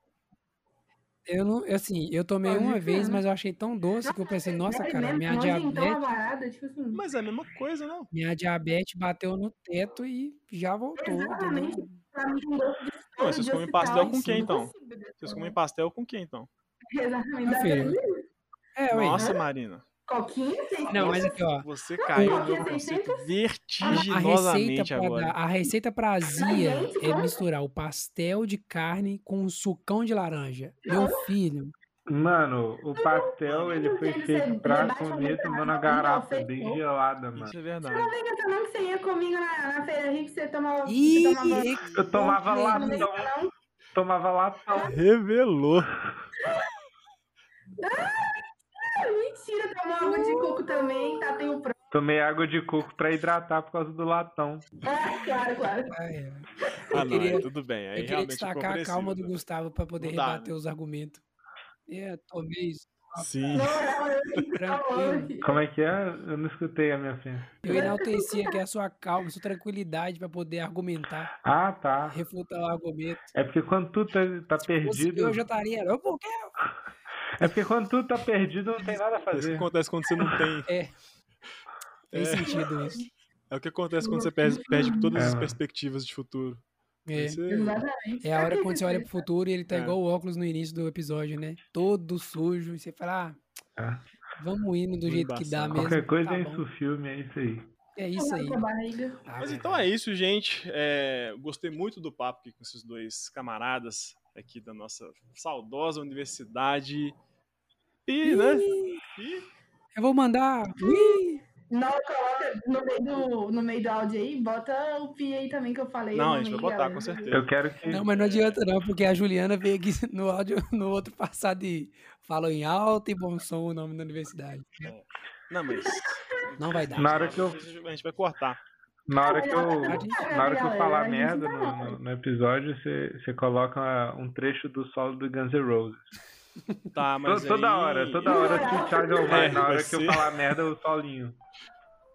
Eu não, assim, eu tomei Caldo de uma vez, cana. mas eu achei tão doce que eu pensei, nossa, Ai, cara, né? minha Longe, Então, a diabetes, varada, tipo assim. Mas é a mesma coisa, não? minha diabetes bateu no teto e já voltou. Exatamente. entendeu? Pra mim, um doce de Ué, vocês de comem hospital, pastel com quem, isso não então? é possível, Vocês né? comem pastel com quem, então? Exatamente. Ah, dá filho. pra- É, ué. Nossa, Marina. Coquinha, gente. Não, mas aqui, ó. Você caiu no meu porque conceito A receita, vertiginosamente pra dar, agora. a receita pra azia gente, é como? misturar o pastel de carne com um sucão de laranja. Meu filho, Mano, o pastel não ele foi entendo, você feito pra debate comer uma tomando a garapa, garapa não, bem fechou. gelada, mano. Isso é verdade. Eu também que você ia comigo na, na feira hippie, você tomava. você Ih, tomava- Eu tomava Não, não, latão, tomava latão. Revelou. Ah, Mentira, tomou água de coco também, tá? Tem o próprio. Tomei água de coco pra hidratar por causa do latão. Ah, claro, claro. ai, ai. Ah, não, queria- aí tudo bem. é, eu Aí queria realmente é destacar a calma do compreensível. Gustavo pra poder Não dá, né? rebater os argumentos. É, tomei isso, Sim. É Não, não, eu tranquilo. Como é que é? Eu não escutei a minha filha. Eu enalteci aqui a sua calma, sua tranquilidade pra poder argumentar, Ah, tá. refutar o argumento. É porque quando tu tá, tá Fosse eu, perdido. eu já estaria. Eu, por quê? É porque quando tu tá perdido, não tem nada a É isso que fazer. acontece quando você não tem. Tem É. sentido isso. É o que acontece quando você perde, perde todas as É. perspectivas de futuro. É. Você- Exatamente. É a hora que quando você olha pro futuro e ele tá É. igual o óculos no início do episódio, né? Todo sujo. E você fala, ah, vamos indo do Tudo jeito que dá embaçado. mesmo. Qualquer coisa tá é bom. isso, filme, é isso aí. É isso aí. Barriga. Ah, Mas velho. então é isso, gente. É, gostei muito do papo aqui com esses dois camaradas aqui da nossa saudosa universidade. E, né? E Eu vou mandar. um Ui! Não, coloca no meio, do, no meio do áudio aí, bota o pi aí também que eu né? falei. Não, no a gente vai meio, botar, galera. com certeza. Eu quero que. Não, mas não adianta não, porque a Juliana veio aqui no áudio no outro passado e falou em alto e bom som o nome da universidade. Não, mas. Não vai dar. Na hora que eu, A gente vai cortar. na hora que eu, A gente- na hora que eu Galera, a falar gente merda tá no, no- no episódio, você você coloca um trecho do solo do Guns N' Roses. Tá, mas. To- toda aí- hora, toda hora se o Thiago vai, É, na vai hora que eu ser. falar merda, o solinho.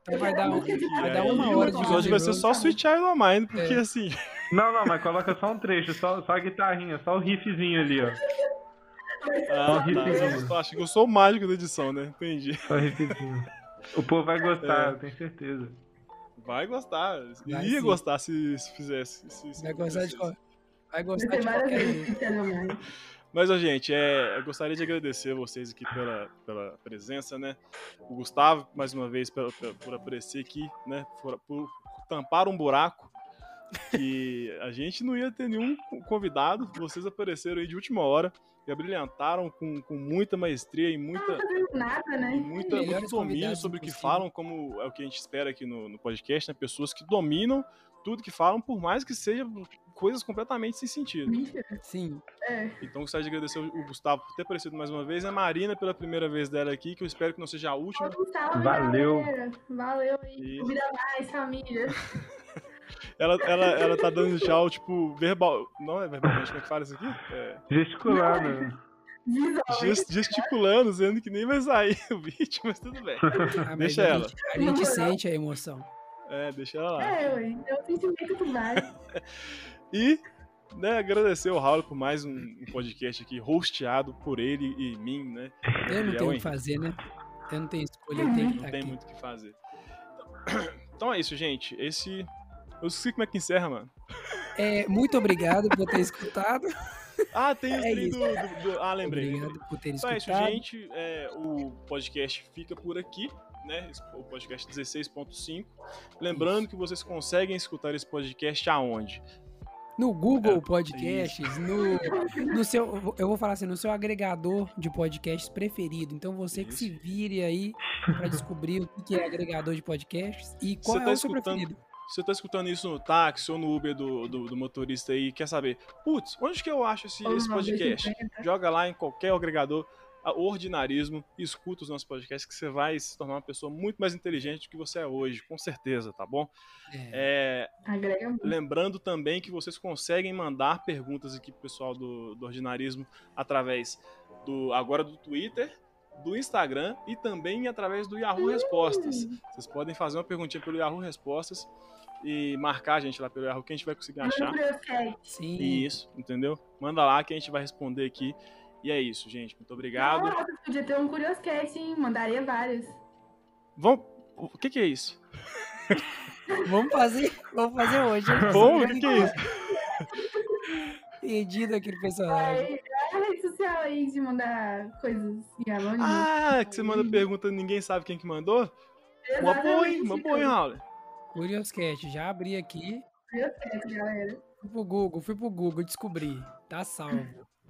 Então vai dar, um- vai dar aí uma o hora de É. episódio vai ser só Sweet Child O' Mine, porque assim. Não, não, mas coloca só um trecho, só, só a guitarrinha, só o riffzinho ali, ó. Ah, tá. Eu acho que eu sou o mágico da edição, né? Entendi. Só É. repetindo. O povo vai gostar, eu tenho certeza. Vai gostar. Vai Iria sim. gostar se, se fizesse. se- se Vai gostar de, acontecesse. co- vai Vai gostar ter de várias qualquer um. jeito. vezes, pelo menos. Mas, ó, gente, é, eu gostaria de agradecer vocês aqui pela, pela presença, né? O Gustavo, mais uma vez, pela- pela- por, aparecer aqui, né? Por, por tampar um buraco que a gente não ia ter nenhum co- convidado. Vocês apareceram aí de última hora e abrilhantaram com, com muita maestria e muita, fazendo nada, né? e muita, Ah, Melhores muito domínio convidados sobre o que impossível. falam, como é o que a gente espera aqui no, no podcast, né? Pessoas que dominam tudo que falam, por mais que sejam coisas completamente sem sentido. Mentira. Sim, É. Então gostaria de agradecer o Gustavo por ter aparecido mais uma vez, a Marina pela primeira vez dela aqui, que eu espero que não seja a última. Outro salve, Valeu. galera. Valeu aí. Isso. Vida mais, família. Ela, ela, ela tá dando tchau, tipo, verbal. Não é verbalmente, como é que fala isso aqui? É, Gesticular, né? Visual. gest- gesticulando, dizendo que nem vai sair o vídeo, mas tudo bem. Ah, mas Deixa a ela. gente- a gente sente a emoção. É, deixa ela lá. É, ué. É o sentimento do vai. E né, agradecer ao Raul por mais um, um podcast aqui, hosteado por ele e mim, né? Eu não Gabriel, tenho o hein? que fazer, né? Eu não tenho escolha, eu tenho que Uhum. Não estar tem aqui. muito o que fazer. Então é isso, gente. Esse. Eu esqueci como é que encerra, mano. É, muito obrigado por ter escutado. Ah, tem o É trem do, do- do- Ah, lembrei. lembrei. Obrigado por ter Então é escutado. isso, gente. É, o podcast fica por aqui, né? Esse- O podcast 16.5. Lembrando que vocês conseguem escutar esse podcast aonde? No É, Google Podcasts, no, no seu, eu vou falar assim, no seu agregador de podcasts preferido. Então você que se vire aí pra descobrir o que que é agregador de podcasts e qual Você é tá o seu escutando- preferido. Se você tá escutando isso no táxi ou no Uber do, do, do motorista aí, quer saber, putz, onde que eu acho esse, esse podcast? Joga lá em qualquer agregador, a- ordinarismo, e escuta os nossos podcasts que você vai se tornar uma pessoa muito mais inteligente do que você é hoje, com certeza, tá bom? É, É, Agrega um muito. Lembrando também que vocês conseguem mandar perguntas aqui pro pessoal do, do Ordinarismo através do agora do Twitter, do Instagram e também através do Yahoo Respostas. Vocês podem fazer uma perguntinha pelo Yahoo Respostas e marcar a gente lá pelo Yahoo que a gente vai conseguir Manda achar. pro meu chat. sim. Isso, entendeu? Manda lá que a gente vai responder aqui. E é isso, gente. Muito obrigado. Nossa, podia ter um Curioscat, hein? Mandaria vários. Vamos. O que, que é isso? Vamos fazer, vamos fazer hoje. hein? Bom, o que, que é isso? Perdido aquele personagem. Aí, é a rede social aí de mandar coisas em anônimo. Ah, que você manda pergunta e ninguém sabe quem que mandou? Uma boa, hein? Uma boa, hein, Raul? Curioscat, já abri aqui. Curioscat, galera. Fui pro Google, fui pro Google, descobri. Tá salvo.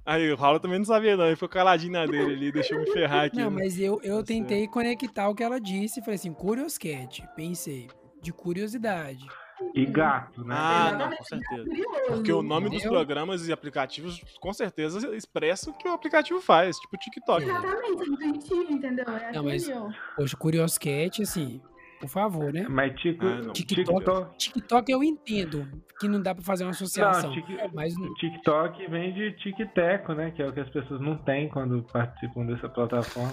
Aí o Raul também não sabia, não. Ele ficou caladinho na dele ali, deixou me ferrar aqui. Não, né? mas eu, eu Tá tentei conectar o que ela disse. Falei assim, Curioscat. Pensei, de curiosidade. E gato, né? Ah, não, com certeza. Curioso. Porque o nome dos Entendeu? programas e aplicativos, com certeza, expressa o que o aplicativo faz, tipo o TikTok. Exatamente, é intuitivo, entendeu? É Não, mas- aquilo. Poxa, Curioscat, assim, por favor, né? Mas tico, Ah, não. TikTok. TikTok eu entendo que não dá pra fazer uma associação. Não, tic- Mas O TikTok vem de tic-teco, né? Que é o que as pessoas não têm quando participam dessa plataforma.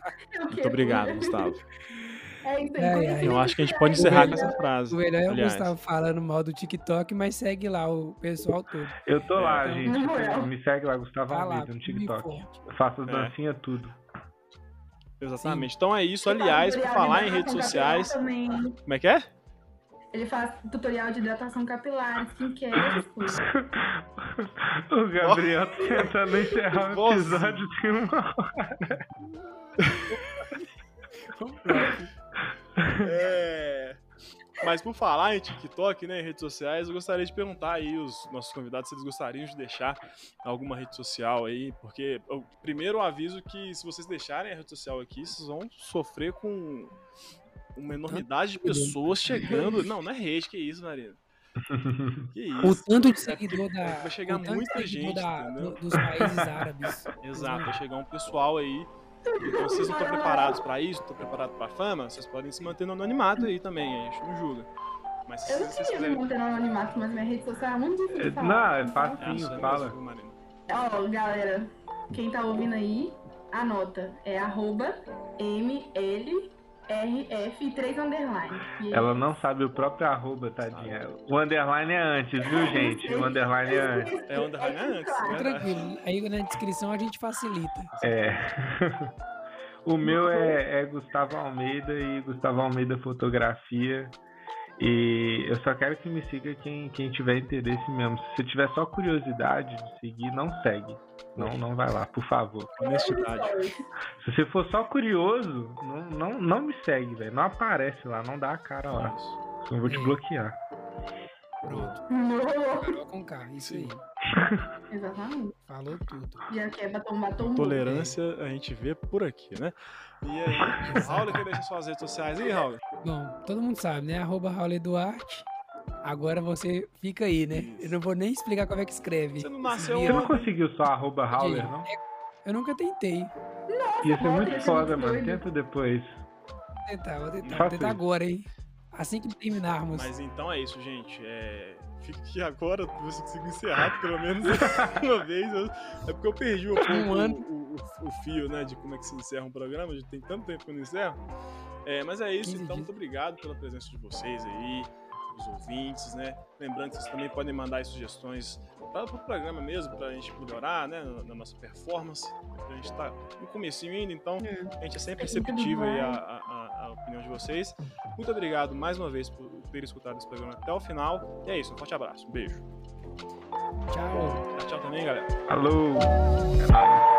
É o quê? Muito obrigado, Gustavo. É isso aí. é Ai, ai, Eu acho que a gente pode encerrar encerrar com com essa frase. o melhor é o aliás. Gustavo falando mal do TikTok, mas segue lá o pessoal todo. Eu tô lá, É, gente. na moral. Me segue lá, Gustavo Tá lá, Almeida, no firme e TikTok. forte. Eu faço as É. dancinhas, tudo. Exatamente. Então é isso. Aliás, por Tutorial falar de em redes hidratação sociais. capilar também. Como é que é? Ele faz tutorial de hidratação capilar, skincare, essas coisas. O Gabriel tentando encerrar o Nossa. episódio de um uma hora. É. Mas por falar em TikTok, né, em redes sociais, eu gostaria de perguntar aí os nossos convidados se eles gostariam de deixar alguma rede social aí, porque eu primeiro aviso que se vocês deixarem a rede social aqui, vocês vão sofrer com uma enormidade de pessoas chegando. Não, não é rede, que isso, Marina. Que O isso. tanto de seguidor da. Vai chegar o tanto de muita seguidor gente, da- entendeu? do- dos países árabes. Exato, vai chegar um pessoal aí. Então, vocês não estão preparados pra isso, estão preparados pra fama, vocês podem se manter no anonimato aí também, a gente não julga. Mas se Eu não né? vocês queria me quiserem manter no anonimato, mas minha rede social é muito difícil de falar. Não, é facinho, Nossa, fala. mesmo, Marina. Ó, galera, quem tá ouvindo aí, anota. É arroba ml RF3 underline. E Ela não sabe o próprio arroba, tadinha. O underline é antes, viu, gente? O underline é antes. É underline antes, claro. né? Tranquilo. Aí na descrição a gente facilita. É. o meu é, é Gustavo Almeida e Gustavo Almeida Fotografia. E eu só quero que me siga quem, quem tiver interesse mesmo. Se você tiver só curiosidade de seguir, não segue. Não, não vai lá, por favor. é Honestidade. Se você for só curioso, não, não, não me segue, velho. Não aparece lá, não dá a Tá cara lá. Senão eu vou te bloquear. Pronto. Não. Carol com K, isso aí. Exatamente. Falou tudo. Já que é batom, batom. Tolerância a gente vê por aqui, né? E aí, Raul, que deixa suas redes sociais aí, Raul? Bom, todo mundo sabe, né? Arroba Raul Duarte. Agora você fica aí, né? Eu não vou nem explicar como é que escreve. Você não nasceu Você Você não ontem. conseguiu só arroba Howler, não? Eu nunca tentei. Ia ser muito foda, mano. doido. Tenta depois. Vou tentar, vou tentar. Vou Faça tentar isso. agora, hein? Assim que terminarmos. Mas então é isso, gente. É... Fica aqui agora, eu consigo encerrar pelo menos uma vez. Eu- É porque eu perdi um pouco Um ano. o, o- o fio, né? De como é que se encerra um programa. Já tem tanto tempo que eu não encerro. É, mas é isso, 15 então dias. muito obrigado pela presença de vocês aí, os ouvintes, né? Lembrando que vocês também podem mandar aí sugestões para o programa mesmo, para a gente melhorar, né? Na, na nossa performance. A gente tá no comecinho ainda, então a gente é sempre receptivo aí à, à- à- à opinião de vocês. Muito obrigado mais uma vez por ter escutado esse programa até o final. E é isso, um forte abraço, um beijo. Tchau. Tchau, tchau também, galera. Alô! É nóis.